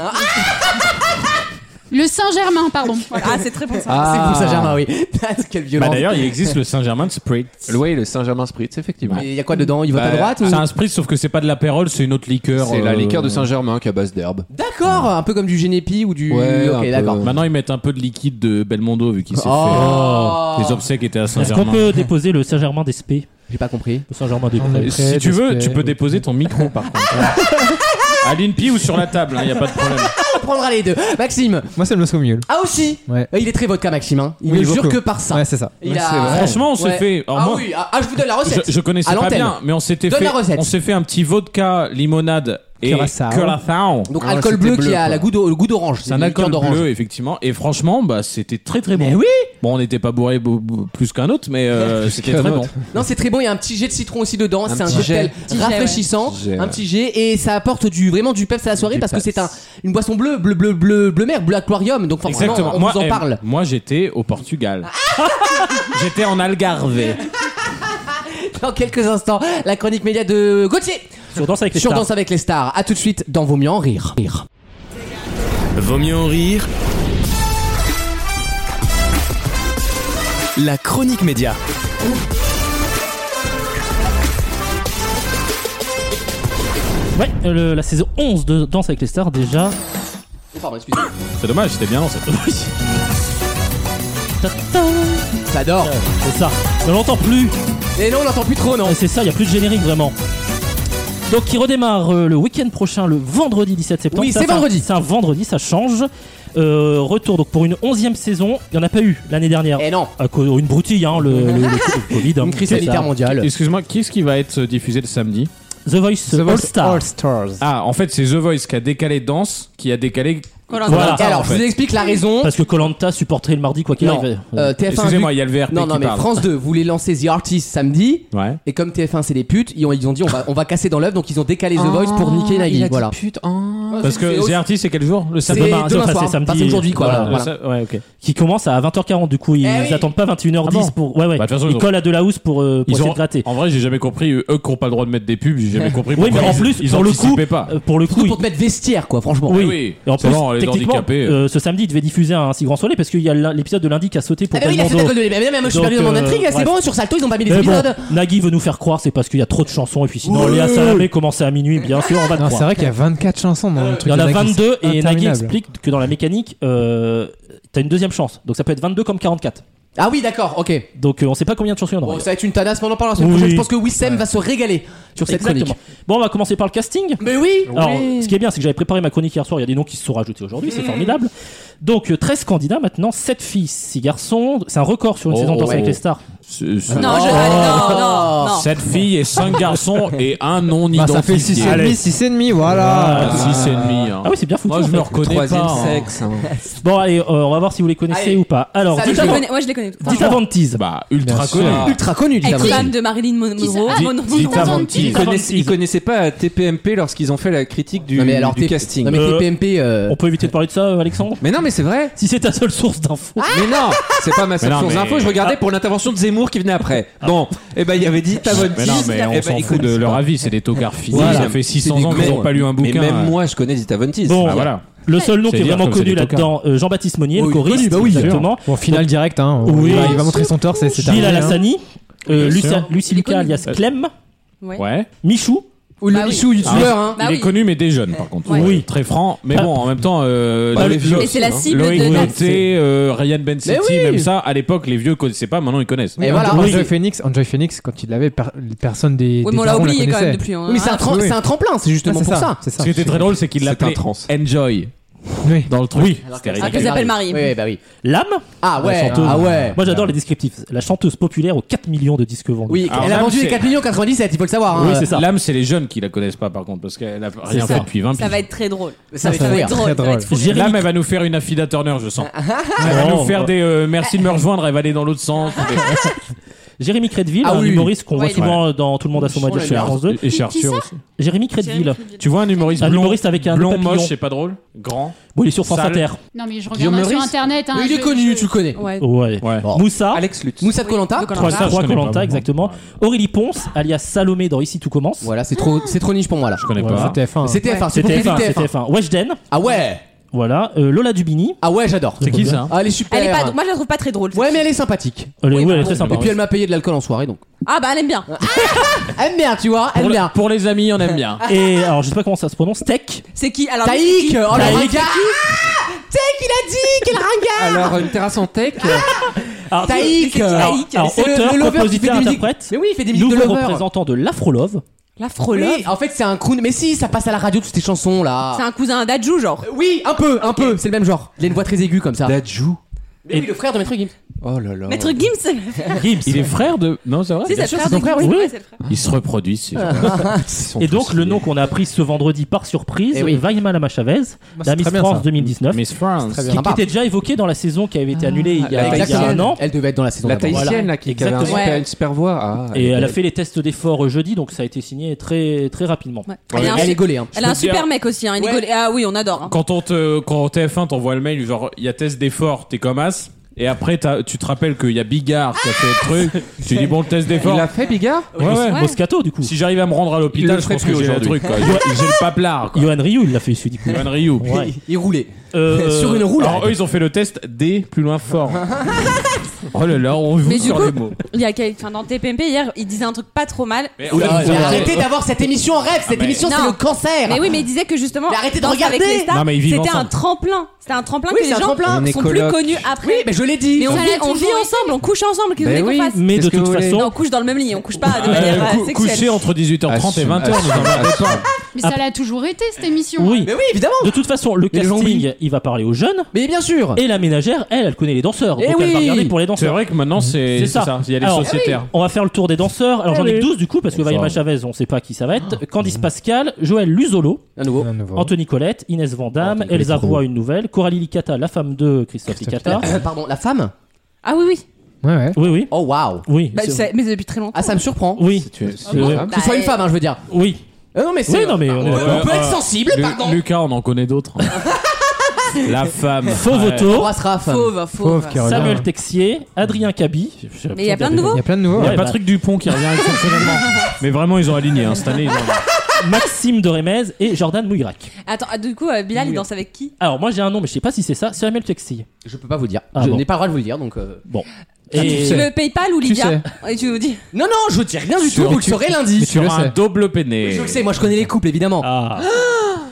G: Le Saint-Germain, pardon. Voilà.
D: Ah c'est très bon ça.
B: C'est pour Saint-Germain, oui. <laughs> Quelle
E: Bah
B: violence.
E: d'ailleurs, il existe le Saint-Germain de Spritz.
H: <laughs> Oui, le Saint-Germain Spritz, effectivement.
B: il y a quoi dedans Il vote
H: Bah,
B: à droite ou-
E: C'est un Spritz, sauf que c'est pas de l'apérole, c'est une autre liqueur.
H: C'est la
E: euh,
H: liqueur de Saint-Germain qui est à base d'herbe.
B: D'accord, un peu comme du Génépi ou du.
H: Ouais, un
B: ok,
H: peu.
B: d'accord.
E: Maintenant, ils mettent un peu de liquide de Belmondo, vu qu'il s'est
B: Oh.
E: fait. Les obsèques étaient à
I: Est-ce qu'on
E: Saint-Germain.
I: peut déposer le Saint-Germain d'Espé
B: J'ai pas compris.
I: Le Saint-Germain des
C: J'en ai-
E: Si tu veux, tu peux déposer ton micro, par contre.
B: <laughs>
E: À l'INPI ou sur la table, il n'y a pas de problème.
B: On prendra les deux. Maxime.
C: Moi, c'est le Moscow Mule.
B: Ah aussi
C: Ouais.
B: Il est très vodka, Maxime. hein. Il
C: Oui,
B: ne jure
C: beaucoup.
B: que par ça.
C: Ouais, c'est ça.
B: Il a-
E: Franchement, on s'est
B: Ouais.
E: fait. alors
B: ah
E: moi,
B: oui, ah, ah, je vous donne la recette.
E: je, je connaissais
B: À
E: pas
B: l'antenne.
E: bien, mais on s'était
B: Donne
E: fait,
B: la recette.
E: on s'est fait un petit vodka limonade et
C: Curaçao.
E: Curaçao.
B: Donc
H: Ah,
B: alcool
H: c'était
B: bleu, qui
H: bleu,
B: a
H: quoi.
B: la goût d'o- le goût d'orange.
E: C'est un
B: une
E: alcool
B: liqueur d'orange.
E: bleu, effectivement. Et franchement, bah, c'était très très bon.
B: Mais oui
E: Bon, on n'était pas bourré bo- bo- plus qu'un autre, mais euh, c'était
H: qu'un
E: très
H: autre.
E: bon.
B: Non, c'est très bon. Il y a un petit jet de citron aussi dedans. C'est un
H: petit
B: cocktail
D: jet,
B: rafraîchissant,
H: ouais. Petit jet,
B: un
H: ouais.
B: petit jet, et ça apporte du vraiment du peps à la soirée
H: Du
B: parce que
H: peps.
B: c'est un une boisson bleue, bleu, bleu, bleu, bleu mer, bleu aquarium. Donc forcément,
E: Exactement.
B: on
E: moi,
B: vous en
E: eh,
B: parle.
E: moi, j'étais au
I: <laughs>
E: Portugal. j'étais en Algarve.
B: Dans quelques instants, la chronique média de Gauthier
I: Sur Danse avec les
B: sur
I: stars.
B: Danse avec les stars. À tout de suite dans Vos mieux en rire. Rire.
A: Vaut mieux en rire. La chronique média.
I: Ouais, euh, le- la saison 11 de Danse avec les stars, déjà.
B: Oh, Pardon, excusez-moi.
E: C'est dommage, j'étais bien dans cette.
I: <laughs> Ta-ta.
B: J'adore.
I: C'est ça. On l'entend plus.
B: Et non, on l'entend plus trop, non
I: Ouais, C'est ça, il n'y a plus de générique vraiment. Donc qui redémarre euh, le week-end prochain, le vendredi 17 septembre.
B: Oui,
I: Ça,
B: c'est
I: un-
B: vendredi.
I: C'est un vendredi, ça change. Euh, retour donc pour une 11 e saison. Il n'y en a pas eu l'année dernière.
B: Eh non.
I: À cause, une broutille, hein, le, le- le- le Covid. hein.
B: Une crise
I: C'est
B: sanitaire
I: ça.
B: mondiale.
E: Excuse-moi, qui est-ce qui va être euh, diffusé le samedi
I: The Voice All Star.
C: All Stars.
E: Ah, en fait, c'est The Voice qui a décalé Danse, qui a décalé
B: Koh-Lanta. Alors, je vous explique la raison.
I: Parce que Colanta supporterait le mardi quoi qu'il
B: Non.
I: arrive.
B: Euh, TF1 a vu- Non, non, mais France 2 voulait lancer The Artist samedi.
E: Ouais.
B: Et comme TF1 c'est des putes, ils ont, ils ont dit on va, on va casser dans l'œuf, donc ils ont décalé The Voice pour niquer Nagui. Voilà.
E: Parce que The Artist, c'est quel jour Le
B: C'est
E: samedi
B: demain
I: Enfin,
B: soir.
I: hein, c'est samedi.
B: Enfin, c'est aujourd'hui, quoi.
I: Voilà, Ah
B: Voilà.
I: voilà. Qui commence à 20h40 du coup ils
B: Eh oui.
I: attendent pas 21h10
E: Ah bon
I: pour ouais ouais.
E: Bah, de toute façon,
I: ils
E: ils ont-
I: collent à de la housse pour, euh, pour
E: Ils
I: essayer
E: ont-
I: de gratter.
E: En vrai, j'ai jamais compris. Eux qui n'ont pas le droit de mettre des pubs, j'ai
I: <laughs>
E: jamais compris.
I: Oui, mais
E: pourquoi
I: en
E: ils-
I: plus,
E: ils
I: pour le coup,
E: anticipaient pas. Eh
I: euh, pour le coup,
B: Pour te mettre vestiaire, quoi, franchement.
I: Oui.
E: Oui.
I: Et en
E: Ça
I: plus,
E: va, les
I: techniquement,
E: handicapés.
I: euh, ce samedi, il devait diffuser un si grand soleil parce qu'il y a l'un- l'épisode de lundi qui a sauté pour
B: Ah bah oui, il a fait
I: tellement
B: la gueule de l'État. Mais moi, je suis
I: Donc,
B: perdu dans mon
I: euh,
B: intrigue. C'est
I: bref.
B: bon, sur Salto, ils ont pas mis les
I: Mais bon,
B: épisodes.
I: Nagui veut nous faire croire, c'est parce qu'il y a trop de chansons et puis sinon
C: Ouais.
I: Léa Salamé commençait à minuit, bien sûr, on va te
C: Non,
I: croire.
C: c'est vrai qu'il y a 24 chansons dans le
I: Il
C: truc.
I: y en
C: de
I: a
C: Nagui,
I: 22
C: c'est
I: et Nagui
C: interminable.
I: explique que dans la mécanique, euh, t'as une deuxième chance. Donc ça peut être 22 comme 44.
B: Ah oui, d'accord, ok.
I: Donc euh, on sait pas combien de chansons il y en aura.
B: Bon, ça va être une tanasse, mais on en parle la semaine
I: Oui.
B: prochaine. Je pense que Wissem va se régaler sur cette
I: Exactement.
B: chronique.
I: Bon, on va commencer par le casting.
B: Mais oui
I: Alors,
B: Oui.
I: ce qui est bien, c'est que j'avais préparé ma chronique hier soir. Il y a des noms qui se sont rajoutés aujourd'hui, c'est formidable. Donc, euh, 13 candidats maintenant, 7 filles, 6 garçons. C'est un record sur une
E: Oh,
I: saison de Danse
E: oh.
I: avec les stars.
E: Ce- ce-
D: Non, je- allez, non, non, non.
E: Sept filles et cinq garçons et un non
C: Bah, ça fait
E: identifié.
C: 6 et
E: Allez.
C: demi, 6 et demi, voilà.
E: Ah, six et demi, hein.
I: Ah oui, c'est bien foutu.
E: Moi, je
I: en
E: me
I: fait.
E: reconnais
H: Troisième
E: pas. hein.
H: sexe. hein.
I: Bon, allez, euh, on va voir si vous les connaissez
B: Allez.
I: ou pas. Alors,
B: Ça,
I: dites
B: je les
I: avant-
D: connais- ouais, je les connais.
I: dites avant de tease.
E: Bah, ultra
C: Bien sûr.
E: connu.
B: Ultra connu,
D: Avec
B: Dimitri.
D: femme de Marilyn Monroe.
G: Qui ça
D: Ah,
G: Dites-
D: Monroe.
E: dites avant de
H: Ils,
E: tease.
H: connaissent- ils connaissaient pas TPMP lorsqu'ils ont fait la critique du,
B: Non, mais alors,
H: du
B: t'es-
H: casting.
B: Non, mais
I: Euh,
B: TPMP. euh,
I: On peut éviter de parler de ça, euh, Alexandre
H: Mais non, mais c'est vrai.
I: Si c'est ta seule source d'infos.
H: Mais non, c'est pas ma seule
E: non,
H: source
E: mais-
H: d'info. Je regardais pour l'intervention de Zemmour qui venait après. Bon, et ben il avait dit ta bonne
E: Mais non,
H: tease.
E: mais
H: Eh
E: on
H: ben,
E: s'en
H: écoute,
E: fout de leur avis, c'est des tocards finis.
H: Voilà.
E: Ça fait
H: C'est
E: 600
H: des
E: ans qu'ils
H: gros.
E: n'ont pas lu un
H: Mais
E: bouquin.
H: même
E: hein.
H: moi, je connais Zita Von Teese.
I: Bon,
E: Ah, voilà.
I: Le seul nom qui
E: C'est
I: est
E: dire
I: vraiment
E: comme c'est
I: connu
E: des
I: là-dedans, euh, Jean-Baptiste Monnier,
B: Oh,
I: le
B: il est
I: choriste,
B: connu, bah oui.
I: exactement.
C: Bon, finale directe, hein.
I: Oui.
C: Il va- il va montrer son tort, c'est c'est
I: Gilles
C: terminé, hein.
I: Alassani, euh,
E: Bien
I: Lucia-
E: sûr.
I: Lucie
D: Il est
I: Lucas
D: connu.
I: alias Clem,
D: Ouais.
E: Ouais.
I: Michou,
B: Ou le
D: Bah oui.
B: Michou, il est
E: Ah,
B: tueur, hein.
D: Bah
E: il
D: oui.
E: est connu mais des jeunes par contre.
D: Ouais.
I: Oui.
E: Très franc. Mais
I: Ah.
E: bon, en même temps, euh,
H: Bah,
E: le-
H: les vieux.
D: Et c'est la cible
E: Loïc
D: de la...
E: Noté, euh, Ryan Bensetti,
B: Mais oui.
E: même ça, à l'époque, les vieux connaissaient pas, maintenant ils connaissent.
B: Et voilà.
C: Enjoy
I: Oui.
C: Phoenix, Enjoy Phoenix, quand il l'avait, per- personne des.
D: Oui,
C: des
D: mais on l'a
C: darons la
D: oublié quand même
C: connaissait.
D: depuis. hein.
B: Oui, mais c'est un, trem-
C: oui, oui.
B: c'est un tremplin, c'est justement
C: Ah, c'est
B: pour ça.
C: C'est
E: Ce
C: ça.
E: qui était très drôle, c'est qu'il
H: C'est
E: l'appelait
H: un trance.
E: Enjoy
C: Oui.
E: dans le truc.
I: Oui.
E: C'était
D: Ah,
E: ridicule.
D: qu'elle s'appelle Marie.
B: Oui, oui, bah oui.
I: Lame.
B: Ah
I: La
B: ouais,
I: chanteuse.
B: ah ouais.
I: Moi j'adore les descriptifs. La chanteuse populaire aux 4 millions de disques vendus.
B: Oui,
E: Alors,
B: elle a
E: Lame,
B: vendu les
E: c'est-
B: 4 millions en 97, il faut le savoir. hein.
I: Oui, c'est ça.
E: L'âme, c'est les jeunes qui la connaissent pas par contre, parce qu'elle a rien
I: ça.
E: fait depuis 20
D: Ça
E: piges.
D: va être très drôle.
B: Ça va
D: Ça va
B: être
D: être
B: très
D: drôle. ça va être fou.
I: Jérémy-
E: L'âme, elle va nous faire une Affida Turner, je
D: Ah,
E: sens. Elle va
I: Non.
E: nous faire des euh, merci de me rejoindre, elle va aller dans l'autre sens.
D: Ah,
I: Jérémy Crédville,
B: Ah
I: un
B: oui.
I: humoriste qu'on
D: Ouais,
I: voit
D: il est
I: souvent dans Tout le monde à son mot à dire chez France 2.
E: Et Arthur aussi.
I: Jérémy Crédville.
E: Tu vois un humoriste
I: Un
E: blond,
I: humoriste avec un
E: blond
I: papillon.
E: moche, c'est pas drôle Grand
I: Bon, il est sur France
E: Sale.
I: Inter.
G: Non, mais je
H: Guillaume
G: regarde sur
H: Meurice
G: internet. hein,
B: Mais il est
G: je-
B: connu,
G: je-
B: tu le connais.
D: Ouais.
I: Ouais.
E: Ouais.
B: Bon.
I: Moussa.
H: Ah. Alex Lutz.
B: Moussa de Colanta
D: De Koh-Lanta.
I: Trois
E: Ça, je
I: trois
E: connais pas,
I: Koh-Lanta,
E: moi.
I: exactement. Aurélie Ponce, alias Salomé dans Ici tout commence.
B: Voilà, c'est trop, c'est trop niche pour moi là.
E: Je connais
C: Ouais,
E: pas.
C: C'était F1. hein.
B: C'était F1, c'est pour
I: C'était
B: Philippe
I: F1,
B: TF1.
I: c'était F1. Weshden,
B: Ah ouais,
I: voilà. Euh, Lola Dubini.
B: ah ouais, j'adore.
E: C'est qui ça
B: Ah, elle est super.
D: Elle est pas... Moi, je la trouve pas très drôle.
B: Ouais, mais elle est sympathique.
I: Elle est-
B: Oui,
I: oui,
B: bah,
I: elle est très
B: bon.
I: sympa.
B: Et puis elle m'a payé de l'alcool en soirée donc.
D: Ah bah, elle aime bien.
B: Aime bien, tu vois, aime
E: Pour,
B: bien.
E: le- pour les amis, on aime bien.
I: Et alors, je sais pas comment ça se prononce. Tech.
D: C'est qui Alors,
B: Taïk Oh le
I: Ah Taïk.
B: ringard Ah, Taïk, il a dit Quel ringard
H: Alors, euh, une terrasse en tech.
E: Ah.
I: Alors,
B: Taïk
I: alors, alors,
B: C'est le-
I: auteur,
B: le lover qui fait
I: compositeur,
B: des musiques-
I: interprète.
B: Mais oui, il fait des musiques de
I: Nouveau
B: lover.
I: représentant de l'Afrolove.
D: La
B: Oui, en fait, c'est un croon. Mais si, ça passe à la radio toutes ces chansons
D: C'est
B: là.
D: un cousin d'Adjou, genre.
B: Oui, un peu, un peu. C'est le même genre. Il a une voix très aiguë comme ça.
H: Dadjou.
B: Et oui, le frère de Maître Gims.
H: Oh là là.
D: Maître Gims, c'est
E: Il est frère de. Non, c'est vrai
D: Si, c'est le frère de
B: son frère,
D: Gims.
I: oui.
D: Ouais, c'est le frère.
E: Ils se reproduisent. ces gens. <laughs>
I: Et donc, le nom qu'on a appris ce vendredi par surprise,
B: Eh oui.
I: Vaima Lama Chavez, la Miss
C: très bien,
I: France
C: ça.
I: 2019,
E: Miss France.
I: qui,
B: bien.
I: qui était déjà évoquée dans la saison qui avait été annulée il y a, il y a un an.
B: Elle devait être dans la saison.
H: La
B: d'avant.
H: Tahitienne,
I: Voilà.
H: là, qui, qui avait
I: Exactement.
H: un super,
D: Ouais.
H: une super voix. Ah,
I: Et elle a
H: est-
I: fait les tests d'effort jeudi, donc ça a été signé très, très rapidement.
D: Ouais.
B: Elle,
D: Elle a un
B: est
D: su-
B: gaulée. Hein.
D: elle a un
E: Je peux te
D: super
E: dire-
D: mec aussi. hein, il est
B: Ouais.
D: gaulé. Ah oui, on adore. hein.
E: Quand on te, quand TF1 t'envoie le mail, genre il y a test d'effort, t'es comme as. Et après, t'as- tu te rappelles qu'il y a Bigard qui a fait le truc. Tu dis bon, le test
H: Il
E: d'effort.
H: l'a fait, Bigard
E: Ouais, ouais.
D: Ouais.
I: Moscato, du coup.
E: Si j'arrive à me rendre à
H: Il
E: l'hôpital,
H: le
E: je
H: ferait
E: pense
H: plus
E: que j'ai le
H: aujourd'hui.
E: truc. quoi. J'ai le paplard. quoi.
I: Johan Ryu, il l'a fait celui du coup.
E: Yoann Ryu.
I: Ouais.
B: Il roulait.
I: Euh,
B: Sur une roue. là.
E: Alors eux, ils ont fait le test des plus loin fort. oh là là, on joue
D: Mais du
E: sur
D: coup-
E: les mots.
D: Il y a quel- enfin, dans TPMP hier, il disait un truc pas trop mal.
E: Mais
B: Oula,
E: on-
B: mais
E: on-
B: arrêtez d'avoir cette émission en rêve. Cette
E: mais-
B: émission, c'est
D: Non.
B: le cancer.
D: Mais oui, mais il disait que justement,
B: Mais arrêtez de
D: Danse avec
B: regarder.
D: les stars,
E: Non, mais ils vivent
D: c'était un
E: ensemble.
D: tremplin. C'était un tremplin
B: Oui,
D: que les
B: c'est un
D: gens
B: tremplin.
H: On est
D: sont
H: coloc.
D: plus connus après.
B: Oui, mais je l'ai dit.
D: Mais on,
G: Ça
D: vit,
G: l'a
D: on vit
G: toujours
D: ensemble, on couche ensemble. Qu'est-ce
H: Ben
D: que vous voulez
H: oui.
D: qu'on fasse
I: Mais
H: Qu'est-ce
I: de
H: que
I: toute
H: vous voulez
I: façon,
D: Non, on couche dans le même lit, on couche pas de
E: Euh,
D: manière euh,
E: cou-
D: sexuelle.
E: coucher entre 18h30 et
H: Assume,
E: 20h, nous
H: assume,
E: emmerdez pas.
H: assume.
G: Mais ça l'a toujours été cette émission.
I: Oui.
B: évidemment.
I: De toute façon, le
B: Mais les gens
I: casting, il va parler aux jeunes.
B: Mais bien sûr.
I: Et la ménagère, elle, elle connaît les danseurs.
B: Eh
I: donc elle va
B: oui.
I: regarder pour les
E: C'est
I: danseurs.
E: vrai que maintenant, c'est c'est ça. Il y a les
I: Alors,
E: sociétaires.
I: On va faire le tour des danseurs. Alors, j'en ai
E: Allez.
I: que 12 du coup, parce que
E: Bonsoir.
I: Vaïma Chavez, on sait pas qui ça va être. Candice Pascal, Joël Luzolo, Anthony Colette, Inès Vandamme,
B: Colette,
I: Elsa
B: trop.
I: Roy, une nouvelle, Coralie Licata, la femme de Christophe Licata.
B: Euh, Pardon, la femme
D: Ah oui, oui.
I: Ouais, ouais. Oui, oui.
B: Oh waouh.
I: Oui.
D: Bah,
I: c'est-
D: c'est- mais depuis très longtemps.
B: Ah, ça me surprend.
I: Oui.
E: une
B: Que
E: femme
B: ce soit une femme, hein, je veux dire.
I: Oui.
B: Euh, non, mais c'est.
I: Oui, non, mais on est
B: on,
I: d'accord.
B: peut être
E: Euh,
B: sensible,
E: Lu-
B: pardon.
E: Lucas, on en connaît d'autres. hein. la
G: <laughs>
E: femme.
I: Faux
E: Ouais.
I: voto.
B: Embrasse Raph.
D: Fauve, fauve.
C: Fauve qui revient.
I: Samuel Texier, Adrien Cabi. Je- je-
D: Mais il y a plein de
C: Il
D: nouveaux.
C: y a plein de nouveaux.
E: Il y a
I: Ouais,
E: Patrick Dupont qui revient exceptionnellement. Mais vraiment, ils ont aligné hein, cette année. Ils ont...
I: Maxime de Remez et Jordan Mouirac.
D: Attends, ah, du coup, euh, Bilal, il danse avec qui
I: Alors, moi, j'ai un nom, mais je sais pas si c'est ça. Samuel Texier.
B: Je peux pas vous dire.
I: Ah,
B: je
I: bon.
B: n'ai pas le droit de vous le dire, donc. euh,
I: Bon.
D: Tu veux PayPal ou Lydia Et tu nous dis.
B: Non, non, je dis rien du tout. Vous le saurez lundi.
E: Sur
C: le
E: un
C: sais.
E: double peiné.
B: Je le sais, moi, je connais les couples, évidemment.
I: Ah.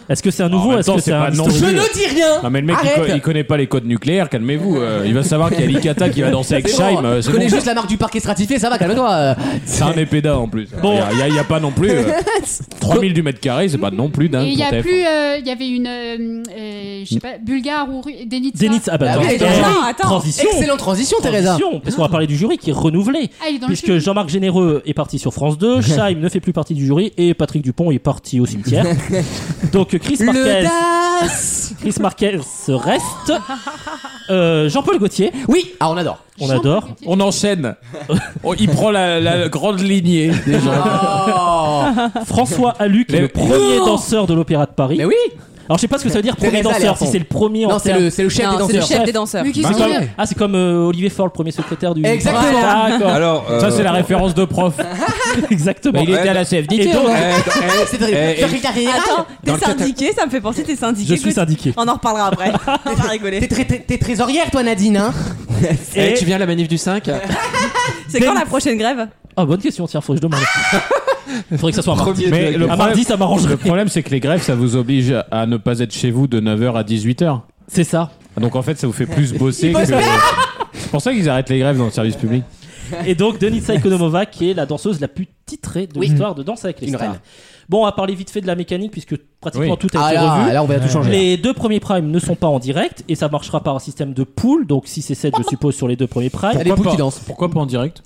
I: Est-ce que c'est un
E: En
I: nouveau
E: même
I: Est-ce
E: temps,
I: que
E: c'est
I: c'est
E: pas
I: un
E: non
I: historique
B: Je ne dis rien.
E: Non mais le mec il, co-
B: Arrête.
E: il connaît pas les codes nucléaires, calmez-vous. euh, il va savoir qu'il y a l'Ikata qui va danser avec
B: C'est bon,
E: Scheim. euh,
B: Je
E: C'est
B: connais
E: bon.
B: juste la marque du parquet stratifié, ça va, calme-toi. euh.
E: C'est un épéda en plus. Bon, il y a- il y, a pas non plus euh, 3000 du mètre carré, c'est pas non plus dingue
G: Et il y
E: pour
G: a
E: TF1.
G: plus, euh, il y avait une, euh, euh, je sais pas, bulgare ou ru- Denitsa.
I: Zénith, ah bah
B: Ah
I: attends,
B: oui,
I: eh,
B: attends,
D: attends.
I: transition,
B: Excellente transition, Teresa.
I: transition, parce qu'on va parler du jury qui est renouvelé.
G: Ah, il est dans le
I: Puisque
G: jury.
I: Jean-Marc Généreux est parti sur France 2, Scheim ne fait plus partie du jury et Patrick Dupont est parti au cimetière. Donc Chris Marquez,
B: Das.
I: <laughs> Chris Marquez
B: <laughs>
I: reste. Euh, Jean-Paul Gaultier,
B: Oui, ah, on adore.
I: on adore.
E: On enchaîne. Oh, il prend la, la grande lignée des gens.
B: Oh.
I: François Alu qui est
E: Mais- Oh
I: le <laughs> premier danseur de l'Opéra de Paris.
B: Mais oui.
I: Alors je sais pas ce que ça veut dire premier
B: Teresa
I: danseur,
B: Lerton.
I: si c'est le premier en
B: Non, c'est
I: termes-
B: le, c'est le chef
D: Non,
B: des
D: c'est le
B: danseurs.
D: chef des danseurs.
G: Mais qui
I: C'est
G: c'est
I: comme-
G: lui
I: Ah c'est comme euh, Olivier Faure, le premier secrétaire du.
B: Exactement.
I: Ah, d'accord.
H: Alors, euh,
E: Ça c'est la référence de prof.
I: Exactement.
H: il était à la
I: Et donc,
H: euh,
B: C'est terrible.
H: Eh,
B: Faire une carrière.
D: Attends,
H: Dans
D: t'es
H: le cata-
D: syndiqué, ça me fait penser t'es syndiqué.
I: je suis
D: Écoute,
I: syndiqué.
D: On en reparlera après. On va
B: Ah, T'es
D: rigoler.
B: très- t'es- t'es trésorière, toi, Nadine. Hein
H: eh,
I: Et-
H: tu viens à la manif du 5
D: C'est quand la prochaine grève
I: Ah, bonne question, tiens, faut que je demande. Faudrait que ça soit un mardi.
H: Premier
E: Mais
H: de-
E: le
I: À
E: problème-
I: mardi, ça m'arrangerait.
E: Le problème c'est que les grèves ça vous oblige à ne pas être chez vous de 9h à 18h.
I: C'est ça.
E: Donc en fait ça vous fait plus bosser
B: Ils
E: que...
B: bossent
E: C'est pour ça qu'ils arrêtent les grèves dans le service public.
I: Et donc, Denitsa Ekonomova, qui est la danseuse la plus titrée de
B: Oui.
I: l'histoire de danse avec les
B: Une
I: stars.
B: reine.
I: Bon, on va parler vite fait de la mécanique, puisque pratiquement
E: Oui.
I: tout a
B: Ah
I: été
B: là,
I: revu.
B: là, on va tout changer.
I: Les deux premiers primes ne sont pas en direct et ça marchera par un système de pool. Donc 6 et 7, je suppose, sur les deux premiers
B: Il y a
I: primes.
B: des
E: Pourquoi
B: poules
E: pas
B: qui dansent.
E: Pourquoi pas en direct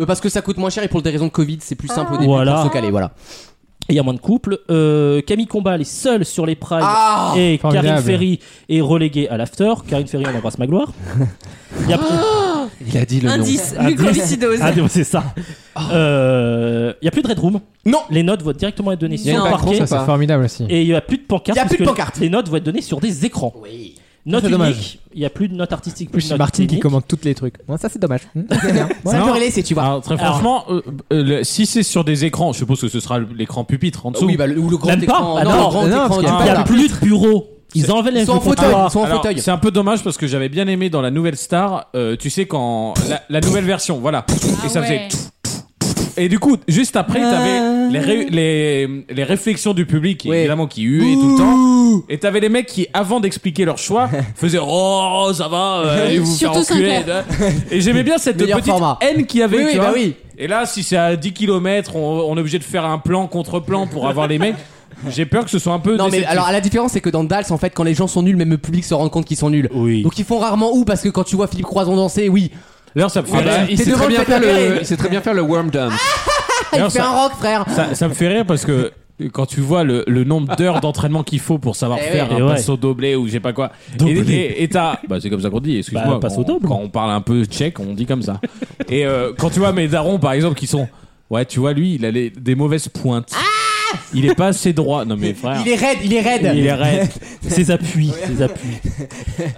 B: Euh, Parce que ça coûte moins cher et pour des raisons de Covid, c'est plus simple au début
I: Ah. Voilà.
B: pour se caler, voilà.
I: Et il y a moins de couples. Euh, Camille Combal est seule sur les primes
B: Ah
I: et
C: Formidable.
I: Karine Ferry est reléguée à l'after. Karine Ferry, on embrasse ma gloire. Il y a-
H: Il a dit le nom.
D: Indice,
I: Ah,
D: mucoviscidose.
I: Ah, non, c'est ça. Euh, Il y a plus de Red Room.
B: Non.
I: Les notes vont directement être données
H: Il y a une
I: sur le
H: pancarte,
I: parquet.
C: Ça, c'est formidable aussi.
I: Et il n'y a plus de pancarte.
B: Il y a plus
I: parce
B: de
I: que
B: pancarte.
I: Les notes vont être données sur des écrans.
B: Oui.
I: Notes
C: c'est
I: uniques.
C: dommage.
I: Il n'y a plus de notes artistiques, plus de
C: C'est
I: notes
C: Martine qui
I: uniques.
C: commande toutes les trucs. Moi, ça, c'est <laughs> dommage. Hmm, c'est bien.
B: Ça
C: Voilà.
B: peut relayer, c'est tu vois.
E: Alors, très franchement, euh, euh, le- si c'est sur des écrans, je suppose que ce sera l'écran pupitre en dessous.
B: Oui, bah, le- ou le grand
I: Même pas.
B: écran.
I: Ah,
B: le
I: non,
B: grand
C: non,
B: écran
C: parce
B: du
C: qu'il y a
I: Il n'y a
B: plat.
I: plus de bureau. Ils enlèvent
B: Ils
I: les
B: sont en fauteuil.
I: comptoirs.
B: Ils sont en
E: Alors,
B: fauteuil.
E: C'est un peu dommage parce que j'avais bien aimé dans la nouvelle star, euh, tu sais, quand la, la nouvelle version, voilà. et ça faisait.
G: Ah ouais.
E: Et du coup, juste après,
I: Ah.
E: t'avais les, ré- les, les réflexions du public, qui,
B: Ouais.
E: évidemment, qui huaient tout le temps. Et t'avais les mecs qui, avant d'expliquer
B: <laughs>
E: leur choix, faisaient Oh, ça va, euh, et vous faire
G: Surtout
E: enculer. Et j'aimais bien cette
B: Meilleur
E: petite
B: format.
E: haine qu'il y avait.
B: Oui,
E: tu
B: oui,
E: vois.
B: bah oui.
E: Et là, si c'est à 10 km, on, on est obligé de faire un plan contre plan pour avoir les mecs. J'ai peur que ce soit un peu.
B: Non mais
E: déceptif.
B: alors à la différence c'est que dans Dals en fait quand les gens sont nuls même le public se rend compte qu'ils sont nuls.
I: Oui.
B: Donc ils font rarement ou parce que quand tu vois Philippe Croison danser oui
E: D'ailleurs, ça me fait
B: Ah bah,
E: rire.
H: eh, Il
B: T'es
H: sait
B: devant
H: très
B: le
H: bien faire
B: pâté.
H: le, il sait très bien faire le worm dance.
B: ah, il
E: Alors,
B: fait
E: ça-
B: un rock frère.
E: Ça, ça me fait rire parce que quand tu vois le, le nombre d'heures d'entraînement qu'il faut pour savoir
B: Eh
E: faire
I: oui.
E: un
I: Eh ouais.
E: passo doblé ou je sais pas quoi. Et-
I: Doblé.
E: Et et t'as. Bah, c'est comme ça qu'on dit, excuse-moi.
I: Bah, passo
E: quand-
I: double.
E: Quand on parle un peu tchèque, on dit comme ça. Et euh, quand tu vois mes darons par exemple qui sont. Ouais, tu vois, lui, il a les- des mauvaises pointes. il est pas assez droit. Non, mais frère.
B: Ah Il est raide il est raide.
I: Ah.
B: <laughs>
I: Il arrête. Ses appuis, ses appuis.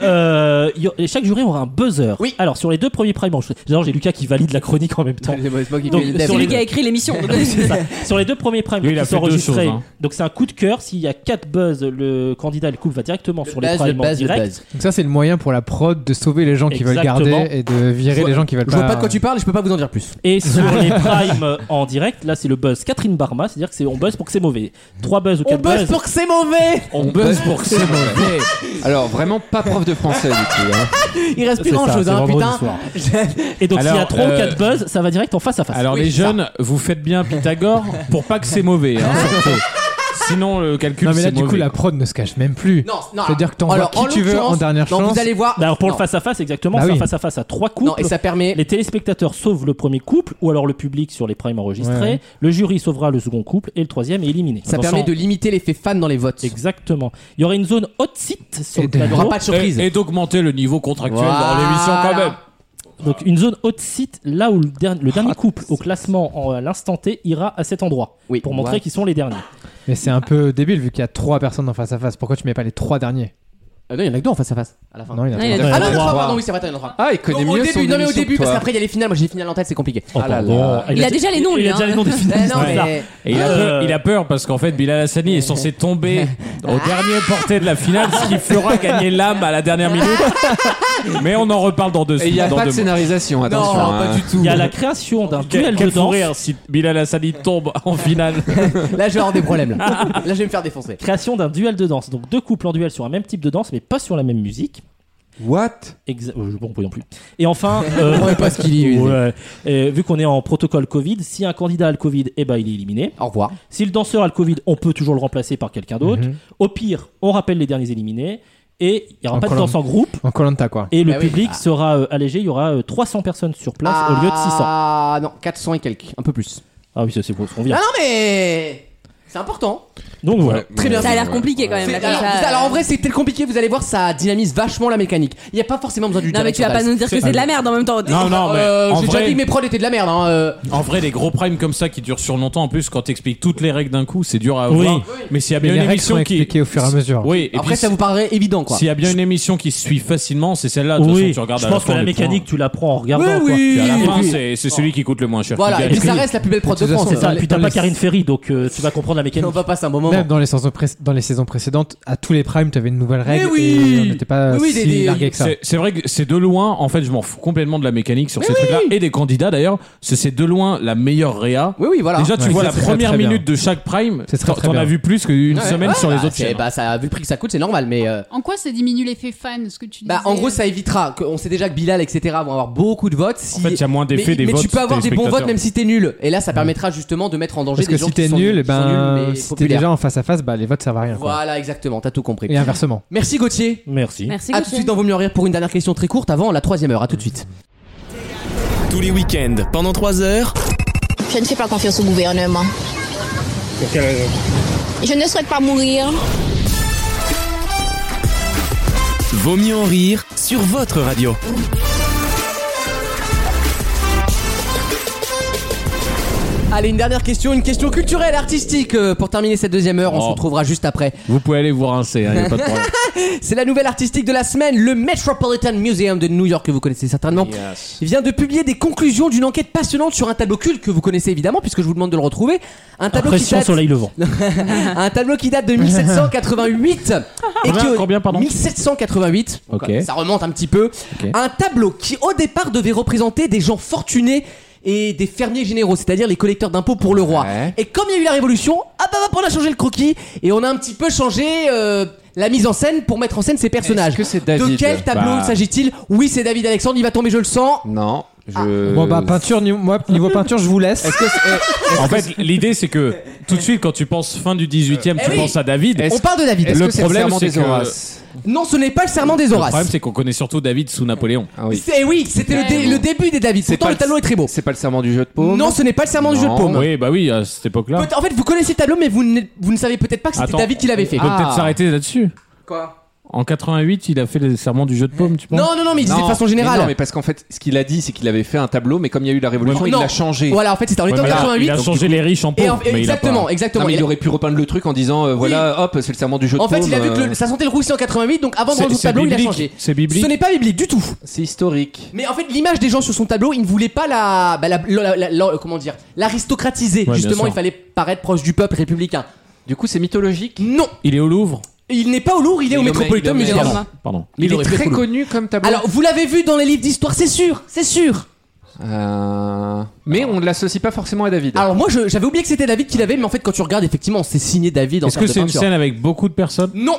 I: Euh, il y a- et chaque jury aura un buzzer.
B: Oui.
I: Alors sur les deux premiers primes, j'adore, j'ai Lucas qui valide la chronique en même temps.
B: C'est moi qui
I: Donc,
B: fais le
I: sur
D: C'est
B: dev.
D: lui
I: les-
D: qui a écrit l'émission. donc-
I: C'est ça. Sur les deux premiers primes
E: Lui, il a
I: qui sont
E: fait deux choses,
I: enregistrés,
E: hein.
I: donc c'est un coup de cœur. S'il y a quatre buzz, le candidat le couple va directement sur les
B: Buzz, le
I: primes en
B: buzz, le
I: direct.
B: buzz.
C: Donc ça, c'est le moyen pour la prod de sauver les gens qui veulent
I: Exactement.
C: garder et de virer
B: Je
C: les gens qui veulent
B: Je vois pas de quoi tu parles et je peux pas vous en dire plus.
I: Et sur les primes en direct, là c'est le buzz Catherine Barma, c'est-à-dire que c'est on buzz pour que c'est mauvais. Trois buzz ou
B: On
I: quatre
B: buzz
I: buzz.
B: pour que c'est mauvais.
E: On buzz pour que c'est mauvais.
H: Alors, vraiment pas prof de français du coup. hein.
B: Il reste plus
I: C'est
B: grand
I: ça,
B: chose
I: c'est
B: hein
I: vendredi
B: putain.
I: soir. Et donc s'il y a
E: Alors,
I: trois ou
E: euh,
I: quatre buzz, ça va direct en face à face.
E: Alors
B: Oui,
E: les
B: c'est ça.
E: jeunes, vous faites bien Pythagore pour pas que c'est mauvais. hein, surtout. Sinon, le calcul,
C: Non, mais là,
E: c'est
C: du coup,
E: mauvais.
C: la prod ne se cache même plus.
B: Non, non,
C: C'est-à-dire que t'envoies
B: alors,
C: qui
B: en
C: tu veux en
B: l'occurrence,
C: dernière
B: non,
C: chance.
B: vous allez voir-
I: Bah alors pour
B: Non.
I: le face-à-face, exactement,
C: Bah
I: c'est
C: oui.
I: un face-à-face à trois couples.
B: Non, et ça permet-
I: Les téléspectateurs sauvent le premier couple, ou alors le public sur les primes enregistrées.
B: Ouais.
I: Le jury sauvera le second couple, et le troisième est éliminé.
B: Ça
I: Dans
B: permet
I: son-
B: de limiter l'effet fan dans les votes.
I: Exactement. Il y aura une zone hot seat sur
B: Et
I: le
B: de- il y
I: plateau.
B: aura pas de surprise.
E: Euh, Et, et d'augmenter le niveau contractuel dans l'émission quand même.
I: Donc une zone hot seat, là où le, der- le dernier couple au classement en- à l'instant T ira à cet endroit. Pour montrer
C: Ouais.
I: qu'ils sont les derniers.
C: Mais c'est un peu débile vu qu'il y a trois personnes en face à face. Pourquoi tu mets pas les trois derniers
B: Ah non, il y en a que deux en face à face à la fin.
C: Non, il y en a
B: Ah, Ah
C: trois.
B: non, il y en a trois, pardon, oui, c'est vrai, il y en a trois.
C: Ah, il connaît
B: Donc, au
C: mieux
B: début,
C: son
B: Non, mais au
C: émission
B: début,
C: que toi.
B: parce qu'après, il y a les finales. Moi, j'ai les finales en tête, c'est compliqué.
E: Oh,
B: Ah là là.
I: Il a déjà les noms, lui, hein.
B: Eh
I: <laughs>
B: non, mais-
E: Et il, a peur, il a peur parce qu'en fait, Bilal Hassani est censé tomber au dernier porté de la finale, ce qui fera gagner l'âme à la dernière minute. Mais on en reparle dans deux
H: Et il n'y a
E: dans
H: pas
E: deux
H: de
E: mois.
H: scénarisation, attention. hein.
I: Il y a la création d'un
E: Quel,
I: duel de
E: quel fou
I: danse.
E: rire si Bilal Hassani tombe en finale.
B: Là, je vais avoir des problèmes. Là, Là, je vais me faire défoncer.
I: Création d'un duel de danse. Donc deux couples en duel sur un même type de danse, mais pas sur la même musique. euh,
H: What
I: Bon, non plus. Et enfin,
C: <laughs>
I: euh,
B: On est pas ce qu'il y a eu.
I: ouais. Et vu qu'on est en protocole Covid, si un candidat a le Covid, eh ben il est éliminé.
B: Au revoir.
I: Si le danseur a le Covid, on peut toujours le remplacer par quelqu'un d'autre.
C: Mhm.
I: Au pire, on rappelle les derniers éliminés et il n'y aura pas de danse en groupe.
C: En Colanta, quoi.
I: Et le
E: Bah
B: Ah oui.
I: public sera euh, allégé, il y aura euh, 300 personnes sur place au lieu de 600.
B: Ah non, 400 et quelques, un peu plus.
I: Ah oui, ça, c'est pour ce qu'on
B: Ah
I: vient.
B: non, mais. C'est important.
I: Donc voilà.
H: Euh,
B: Très bien.
D: Ça a l'air compliqué quand même.
B: C'est-
D: là, comme
B: Alors,
D: ça,
B: vous- alors, en
D: euh.
B: vrai, c'est tel compliqué, vous allez voir, ça dynamise vachement la mécanique. Il n'y a pas forcément besoin du
D: Non, mais tu vas pas nous dire que c'est de la merde en même temps.
E: Non, non, mais
B: Euh,
E: en,
B: J'ai déjà
E: vrai,
B: dit que mes prods étaient de la merde. Hein. euh.
E: en vrai, les gros primes comme ça qui durent sur longtemps, en plus, quand t'expliques toutes les règles d'un coup, c'est dur à avoir.
I: Oui.
E: Mais s'il y a
C: Mais
E: bien
C: les
E: une
C: règles
E: émission
C: sont
E: qui.
C: expliquées au fur et à mesure.
E: Oui, et
B: Après,
E: puis
B: ça vous paraît évident quoi.
E: s'il y a bien une émission qui se suit facilement, c'est celle-là. De toute façon,
I: oui,
E: tu regardes
I: je
E: à
I: pense que
E: fin
I: la
E: les
I: mécanique, tu l'apprends en regardant.
B: Oui,
I: quoi.
B: oui.
E: points. Et à la fin,
B: Et puis-
E: c'est c'est celui qui coûte le moins cher. qui
B: Voilà, et
E: gagne.
B: puis ça reste la plus belle prod de
C: De toute
B: France.
C: façon,
I: C'est ça,
B: hein.
I: et puis t'as pas Karine Ferry, donc euh, tu vas comprendre la
B: On
I: mécanique.
B: va passer un bon moment. hein.
C: Même dans les saisons, pré- dans les saisons précédentes, à tous les primes, tu avais une nouvelle règle.
B: Mais oui
C: et on n'était pas
B: Mais oui,
C: si
B: des- des-
C: largué que ça.
E: C'est- C'est vrai que c'est de loin, en fait, je m'en fous complètement de la mécanique sur ces trucs-là et des candidats d'ailleurs. C'est c'est de loin la meilleure réa.
B: Oui, oui, voilà.
E: Déjà, tu
C: Ouais,
E: vois
C: ça,
E: la
C: c'est très,
E: première
C: très bien.
E: minute de chaque prime.
C: C'est très,
E: T'en
C: très
E: t'en as
C: bien.
E: vu plus qu'une
B: Ouais,
E: semaine
B: ouais,
E: sur les
B: bah,
E: autres
B: c'est-
E: chaînes.
B: Bah, ça, vu le prix que ça coûte, c'est normal, mais. euh,
G: En quoi ça diminue l'effet fan, ce que tu dis
B: Bah, en gros, ça évitera. que- On sait déjà que Bilal, etc., vont avoir beaucoup de votes. Si...
E: En fait, il y a moins d'effet
B: mais,
E: des
B: mais
E: votes
B: tu peux avoir des bons votes
E: téléspectateurs.
B: même si t'es nul. Et là, ça permettra justement de mettre en danger
C: Parce que
B: des gens
C: si
B: qui
C: t'es
B: sont
C: nul,
B: nuls,
C: eh
B: qui sont nuls,
C: ben,
B: mais
C: si t'es
B: populaires.
C: déjà en face à face, bah, les votes servent à rien. quoi.
B: Voilà, exactement, t'as tout compris.
C: Et inversement.
B: Merci Gauthier.
I: Merci.
D: Merci.
B: À
D: Gauthier.
B: tout de suite dans Vaut mieux en rire pour une dernière question très courte avant la troisième heure. À tout de suite.
A: Tous les week-ends, pendant 3 heures,
L: Je ne fais pas confiance au gouvernement. Je ne souhaite pas mourir.
A: Vaut mieux en rire sur votre radio.
B: Allez, une dernière question, une question culturelle, artistique. euh, Pour terminer cette deuxième heure, on se
E: Oh.
B: retrouvera juste après.
E: Vous pouvez aller vous rincer, hein, y a pas
B: <laughs>
E: de problème.
B: C'est la nouvelle artistique de la semaine. Le Metropolitan Museum de New York, que vous connaissez certainement, Il vient de publier des conclusions d'une enquête passionnante sur un tableau culte que vous connaissez évidemment, puisque je vous demande de le retrouver. Un tableau, qui
I: Impression
B: date,
I: soleil levant.
B: <laughs> un tableau qui date de
E: <laughs>
B: 1788. et
E: Combien-
B: qui,
E: combien, pardon
B: 1788. Donc,
E: Ok.
B: euh, Ça remonte un petit peu. Un tableau qui, au départ, devait représenter des gens fortunés et des fermiers généraux, c'est-à-dire les collecteurs d'impôts pour le roi.
H: Ouais.
B: Et comme il y a eu la révolution, ah bah, bah on a changé le croquis et on a un petit peu changé euh, la mise en scène pour mettre en scène ces personnages.
H: Est-ce que c'est David
B: de quel tableau
H: Bah.
B: s'agit-il Oui, c'est David Alexandre, il va tomber, je le sens.
H: Non,
B: Ah,
H: je.
C: Bon, bah, peinture, ni- moi, niveau peinture, je vous laisse.
H: Euh, Est-ce que c'est- eh,
E: En fait, l'idée c'est que tout de suite, quand tu penses fin du 18e,
B: Eh
E: tu
B: oui.
E: penses à David.
H: Est-ce
B: On parle de David.
H: est-ce
E: le
H: que c'est
E: problème,
H: serment
E: c'est
H: des
E: que-
H: Horaces
B: Non, ce n'est pas le serment des
E: Le
B: Horaces.
E: problème, c'est qu'on connaît surtout David sous Napoléon.
H: Ah oui.
B: C'est oui, c'était le, dé-
G: Ouais.
B: le début des David. Pourtant,
H: pas
B: le
H: le-
B: tableau est très beau.
H: C'est pas le serment du jeu de paume
B: Non, ce n'est pas le serment du jeu de
H: Non.
B: paume.
E: Oui, bah oui, à cette époque-là.
B: Peut- En fait, vous connaissez le tableau, mais vous ne, vous ne savez peut-être pas que c'était
E: Attends, Ah.
B: David qui l'avait fait. Ah.
E: On peut peut-être s'arrêter là-dessus.
B: Quoi
E: En 88, il a fait les serments du jeu de paume, tu penses
B: Non, non, non, mais il disait de façon générale.
H: mais Non, mais parce qu'en fait, ce qu'il a dit, c'est qu'il avait fait un tableau, mais comme il y a eu la révolution,
B: Non.
H: il l'a changé.
B: Voilà, en fait, c'était en
E: Ouais, mais là,
B: 1888.
E: il a changé les riches en
B: Et en-
E: pauvres. mais il a pas-
B: exactement, exactement.
H: Non, mais
B: Il
H: il
B: a-
H: aurait pu repeindre le truc en disant euh, voilà, hop, c'est le serment du jeu de
B: En fait,
H: paume,
B: il a vu que
H: euh,
B: le- ça sentait le roussi en 88, donc avant de
E: C'est-
B: rendre son
E: c'est
B: tableau, il a
E: biblique.
B: changé.
E: C'est biblique.
B: Ce n'est pas biblique du tout.
H: C'est historique.
B: Mais en fait, l'image des gens sur son tableau, il ne voulait pas la, bah, la- la- la- la- comment dire, l'aristocratiser.
E: bien
B: Justement,
E: sûr.
B: il fallait paraître proche du peuple républicain.
H: Du coup, c'est mythologique.
B: Non,
E: Il est au Louvre
B: il n'est pas au Louvre, il est au
H: Il est au-
B: Metropolitan
H: il est au-
B: Museum.
E: Pardon.
B: Il
H: Il,
B: aurait
H: est
B: fait
H: très
B: cool.
H: connu comme tableau.
B: Alors, vous l'avez vu dans les livres d'histoire, c'est sûr, c'est sûr.
H: Euh, Mais on ne l'associe pas forcément à David.
B: Alors moi, je- j'avais oublié que c'était David qui l'avait, mais en fait, quand tu regardes, effectivement, c'est signé David. en
E: Est-ce
B: termes
E: que
B: de
E: c'est une
B: peinture.
E: scène avec beaucoup de personnes
B: Non.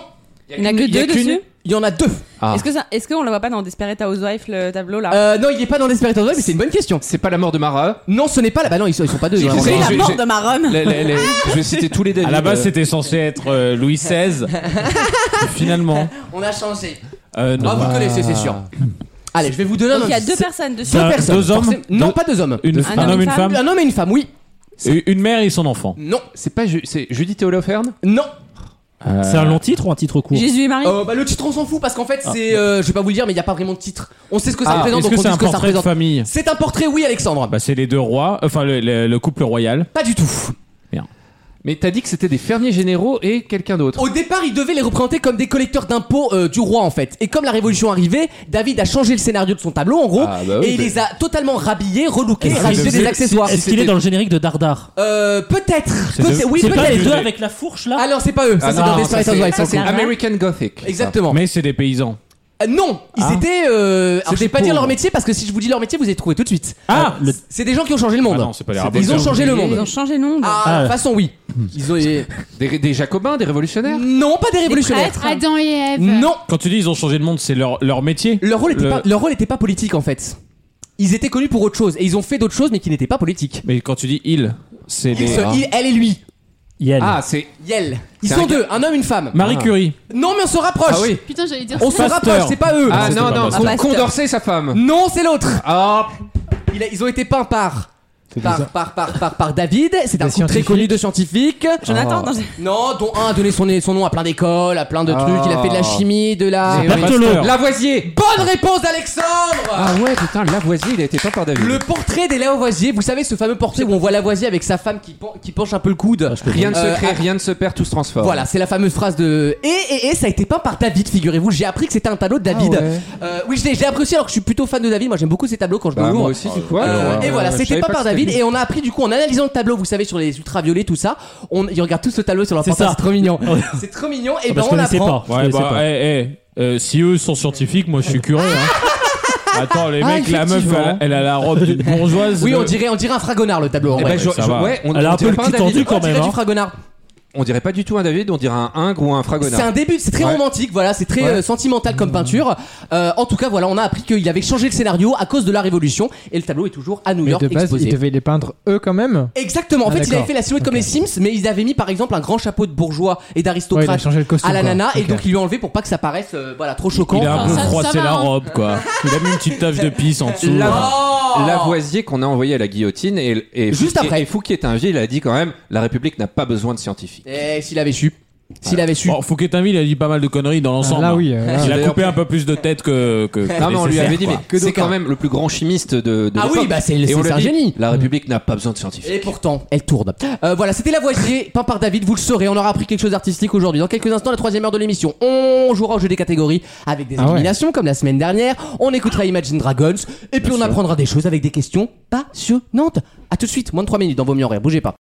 D: Il n'y en a que deux dessus
B: Il y en a deux.
D: Est-ce que ça- est-ce qu'on la voit pas dans Desperate Housewives le tableau là
B: Euh, non, il est pas dans Desperate Housewives, mais c'est une bonne question.
H: C'est pas la mort de Mara
B: Non, ce n'est pas la. Bah non, ils sont, ils sont pas deux.
E: J'ai
B: vraiment.
E: cru la Je- mort je- de
D: Marum.
H: Je vais citer tous les David.
E: À la base,
H: euh.
E: c'était censé être
B: <laughs>
E: euh, Louis XVI. Finalement.
B: On a changé.
E: Euh, non.
B: Ah, vous connaissez, c'est sûr. Allez, je vais vous donner un
D: Donc il y a
B: indice.
D: deux
B: C'est-
D: personnes dessus.
B: Deux personnes.
E: Deux hommes
B: forcément. Non, pas deux hommes.
E: Une-
B: Deux
E: un
B: femmes.
E: homme, une femme
B: Un homme et une femme, oui.
E: Et Une mère et son enfant.
B: Non.
H: C'est pas Ju- c'est Judith et Holoferne
B: Non.
I: C'est un long titre ou un titre court
D: Jésus et Marie.
B: Euh, bah, le titre, on s'en fout parce qu'en fait,
I: Ah.
B: c'est. euh, je vais pas vous le dire, mais il n'y a pas vraiment de titre. On sait ce que ça
E: Ah,
B: représente,
E: Est-ce
B: donc
E: que
B: on
E: c'est
B: dit
E: un
B: ce que ça
E: portrait de
B: représente.
E: famille
B: C'est un portrait, oui, Alexandre.
E: Bah, c'est les deux rois, enfin le, le- le couple royal.
B: Pas du tout.
H: Mais t'as dit que c'était des fermiers généraux et quelqu'un d'autre.
B: Au départ, ils devaient les représenter comme des collecteurs d'impôts euh, du roi en fait. Et comme la révolution arrivait, David a changé le scénario de son tableau en gros
H: Ah, bah oui,
B: et il
H: mais-
B: les a totalement rhabillés, relookés,
I: Est-ce
B: et
I: qu'il
B: rajouté
I: devait-
B: des accessoires.
I: Est-ce qu'il est dans le générique de Dardar
B: Euh, peut-être.
I: C'est
B: Peut-
I: de-
B: oui,
I: c'est pas les deux
B: peut-être.
I: avec la fourche là
B: Ah non, c'est pas eux. Ça
E: Ah
B: c'est
E: non,
B: dans
E: ça,
B: Desperate
E: c'est-
B: Housewives. hein.
H: Ça,
B: ça.
H: c'est American Gothic. ça.
B: Exactement.
E: Mais c'est des paysans.
B: Euh, non, ils
E: Ah.
B: étaient. Euh, alors, je vais
E: C'était
B: pas dire
E: pauvre.
B: leur métier parce que si je vous dis leur métier, vous allez trouver tout de suite. Euh,
E: Ah
I: le-
B: C'est des gens qui ont changé le
E: Ah
B: monde.
E: non, c'est pas les
H: C'est
E: rabbins.
B: Ils ont
H: des
B: changé le
H: ouvriers.
D: Ils
B: monde.
D: ont changé nom.
B: Ah,
I: Ah.
B: de toute façon oui. Ils ont.
H: Des, des jacobins, des révolutionnaires
B: Non, pas des révolutionnaires.
D: prêtres.
G: Adam et Ève.
B: Non,
E: Quand tu dis ils ont changé le monde, c'est leur, leur métier
B: Leur rôle, était
E: Le-
B: pas, leur rôle était pas politique en fait. Ils étaient connus pour autre chose et ils ont fait d'autres choses mais qui n'étaient pas politiques.
E: Mais quand tu dis ils, c'est des.
B: Ce- il- elle et lui,
I: Yann.
H: Ah, c'est.
B: Yel. Ils
H: ah. C'est
B: sont
H: un-
B: deux, un homme, une femme.
E: Marie
H: Ah.
E: Curie.
B: Non mais on se rapproche.
H: Ah oui.
G: Putain, j'allais dire
B: On se
G: ça.
B: rapproche, c'est pas eux.
H: Ah
E: c'était
H: non,
E: pas
H: non,
E: Pasteur.
H: Con-
D: Pasteur.
H: Condorcet, sa femme.
B: Non, c'est l'autre.
H: Ah,
B: Il a- ils ont été peints par par,
C: bizarre.
B: par par par par David. C'est un couple
C: Des
B: très
C: scientifiques.
B: connu de scientifiques. Ah.
D: Jonathan, non, j'ai-
B: Non, dont un a donné son, son nom à plein d'écoles, à plein de
H: Ah.
B: trucs. Il a fait de la chimie, de la.
H: C'est vrai.
I: Bartholo.
H: Lavoisier
B: Bonne réponse d'Alexandre.
H: Ah ouais, putain, Lavoisier, il a été peint par David.
B: Le portrait des Lavoisier, vous savez ce fameux portrait où on voit Lavoisier avec sa femme qui, pen- qui penche un peu le coude.
H: Rien ne se
B: Euh,
H: crée, rien ne se perd, tout se transforme.
B: Voilà, c'est la fameuse phrase de et et et ça a été peint par David, figurez-vous. J'ai appris que c'était un tableau de David.
H: Ah ouais.
B: Euh, oui, je l'ai j'ai appris aussi alors que je suis plutôt fan de David. Moi, j'aime beaucoup ces tableaux quand je
H: Bah,
B: me
H: moi
B: l'ouvre.
H: aussi, tu vois.
B: Euh,
H: alors,
B: et
H: euh,
B: voilà,
H: je
B: c'était
H: savais
B: pas
H: que
B: par
H: c'était
B: David.
H: lui.
B: Et on a appris du coup en analysant le tableau, vous savez, sur les ultraviolets, tout ça. On, ils regardent tous ce tableau sur leur
I: C'est
B: portable,
I: ça.
B: c'est trop
H: <laughs>
B: mignon. c'est trop mignon. Et
I: Ah,
B: ben
I: parce
B: on
I: qu'on ne sait
B: apprend.
I: pas.
E: Ouais,
I: Je connaissais
E: bah,
I: pas.
E: eh, eh, euh, si eux sont scientifiques, moi je suis curieux. hein. Attends, les
H: Ah,
E: mecs, la meuf,
H: effectivement.
E: elle, elle a la robe d'une bourgeoise.
B: Oui, on
E: Le-
B: dirait, on dirait un fragonard le tableau. en
H: Eh
B: vrai.
H: ben, je-
E: ça
H: je-
E: va.
H: ouais, on,
I: Elle a
H: on
I: un peu
H: dirait
I: le
H: pas
I: cul
H: un David.
I: tendu
B: on
I: quand
B: dirait
I: même.
B: du
I: hein.
B: fragonard.
H: On dirait pas du tout un David, on dirait un ingre ou un
B: C'est
H: fragonard.
B: un début, c'est très
H: Ouais.
B: romantique, voilà, c'est très
H: Ouais.
B: euh, sentimental comme peinture. Euh, en tout cas, voilà, on a appris qu'il avait changé le scénario à cause de la Révolution et le tableau est toujours à New
C: Mais
B: York
C: de base,
B: exposé.
C: ils devaient les peindre eux quand même.
B: Exactement. En
C: Ah,
B: fait, il avait
C: d'accord.
B: fait la silhouette comme les Sims, mais ils avaient mis par exemple un grand chapeau de bourgeois et
C: Ouais, ils ont
B: d'aristocrate
C: changé le costume.
B: à la
C: quoi.
B: nana, et
C: Ok.
B: donc ils lui ont enlevé pour pas que ça paraisse euh, voilà trop choquant.
E: Il a un
G: Ah,
E: peu
G: ça- ça
E: froissé
G: va,
E: la
G: hein.
E: robe, quoi. Il a mis une petite tache de pisse en dessous.
H: La-
B: Oh
H: Lavoisier qu'on a envoyé à la guillotine et, et
B: Juste
H: Fouquier-
B: après.
H: Et Fouquier est un vieux, il a dit quand même la République n'a pas besoin de scientifiques.
B: Eh, s'il avait su, s'il avait su.
E: Bon, Fouquetinville, il a dit pas mal de conneries dans
C: Ah,
E: l'ensemble.
C: Là,
E: hein.
C: oui. euh, là.
E: Il a
H: D'ailleurs-
E: coupé un peu plus de tête que. que que
H: Non mais on lui
E: nécessaire,
H: avait dit
E: quoi.
H: mais c'est
B: d'aucuns.
H: quand même le plus grand chimiste de, de
B: Ah oui,
H: l'époque.
B: bah, c'est-
H: Et
B: c'est-
H: on lui
B: c'est
H: a
B: un
H: dit,
B: génie.
H: La République n'a pas besoin de
B: Et
H: scientifiques.
B: pourtant, elle tourne. Euh, voilà, c'était Lavoisier, peint par David, vous le saurez, on aura appris quelque chose d'artistique aujourd'hui. Dans quelques instants, la troisième heure de l'émission, on jouera au jeu des catégories avec des
C: Ah ouais.
B: éliminations comme la semaine dernière, on écoutera Imagine Dragons, et puis on apprendra des choses avec des questions passionnantes. À tout de suite, moins de 3 minutes dans vos mieux en rire, bougez pas.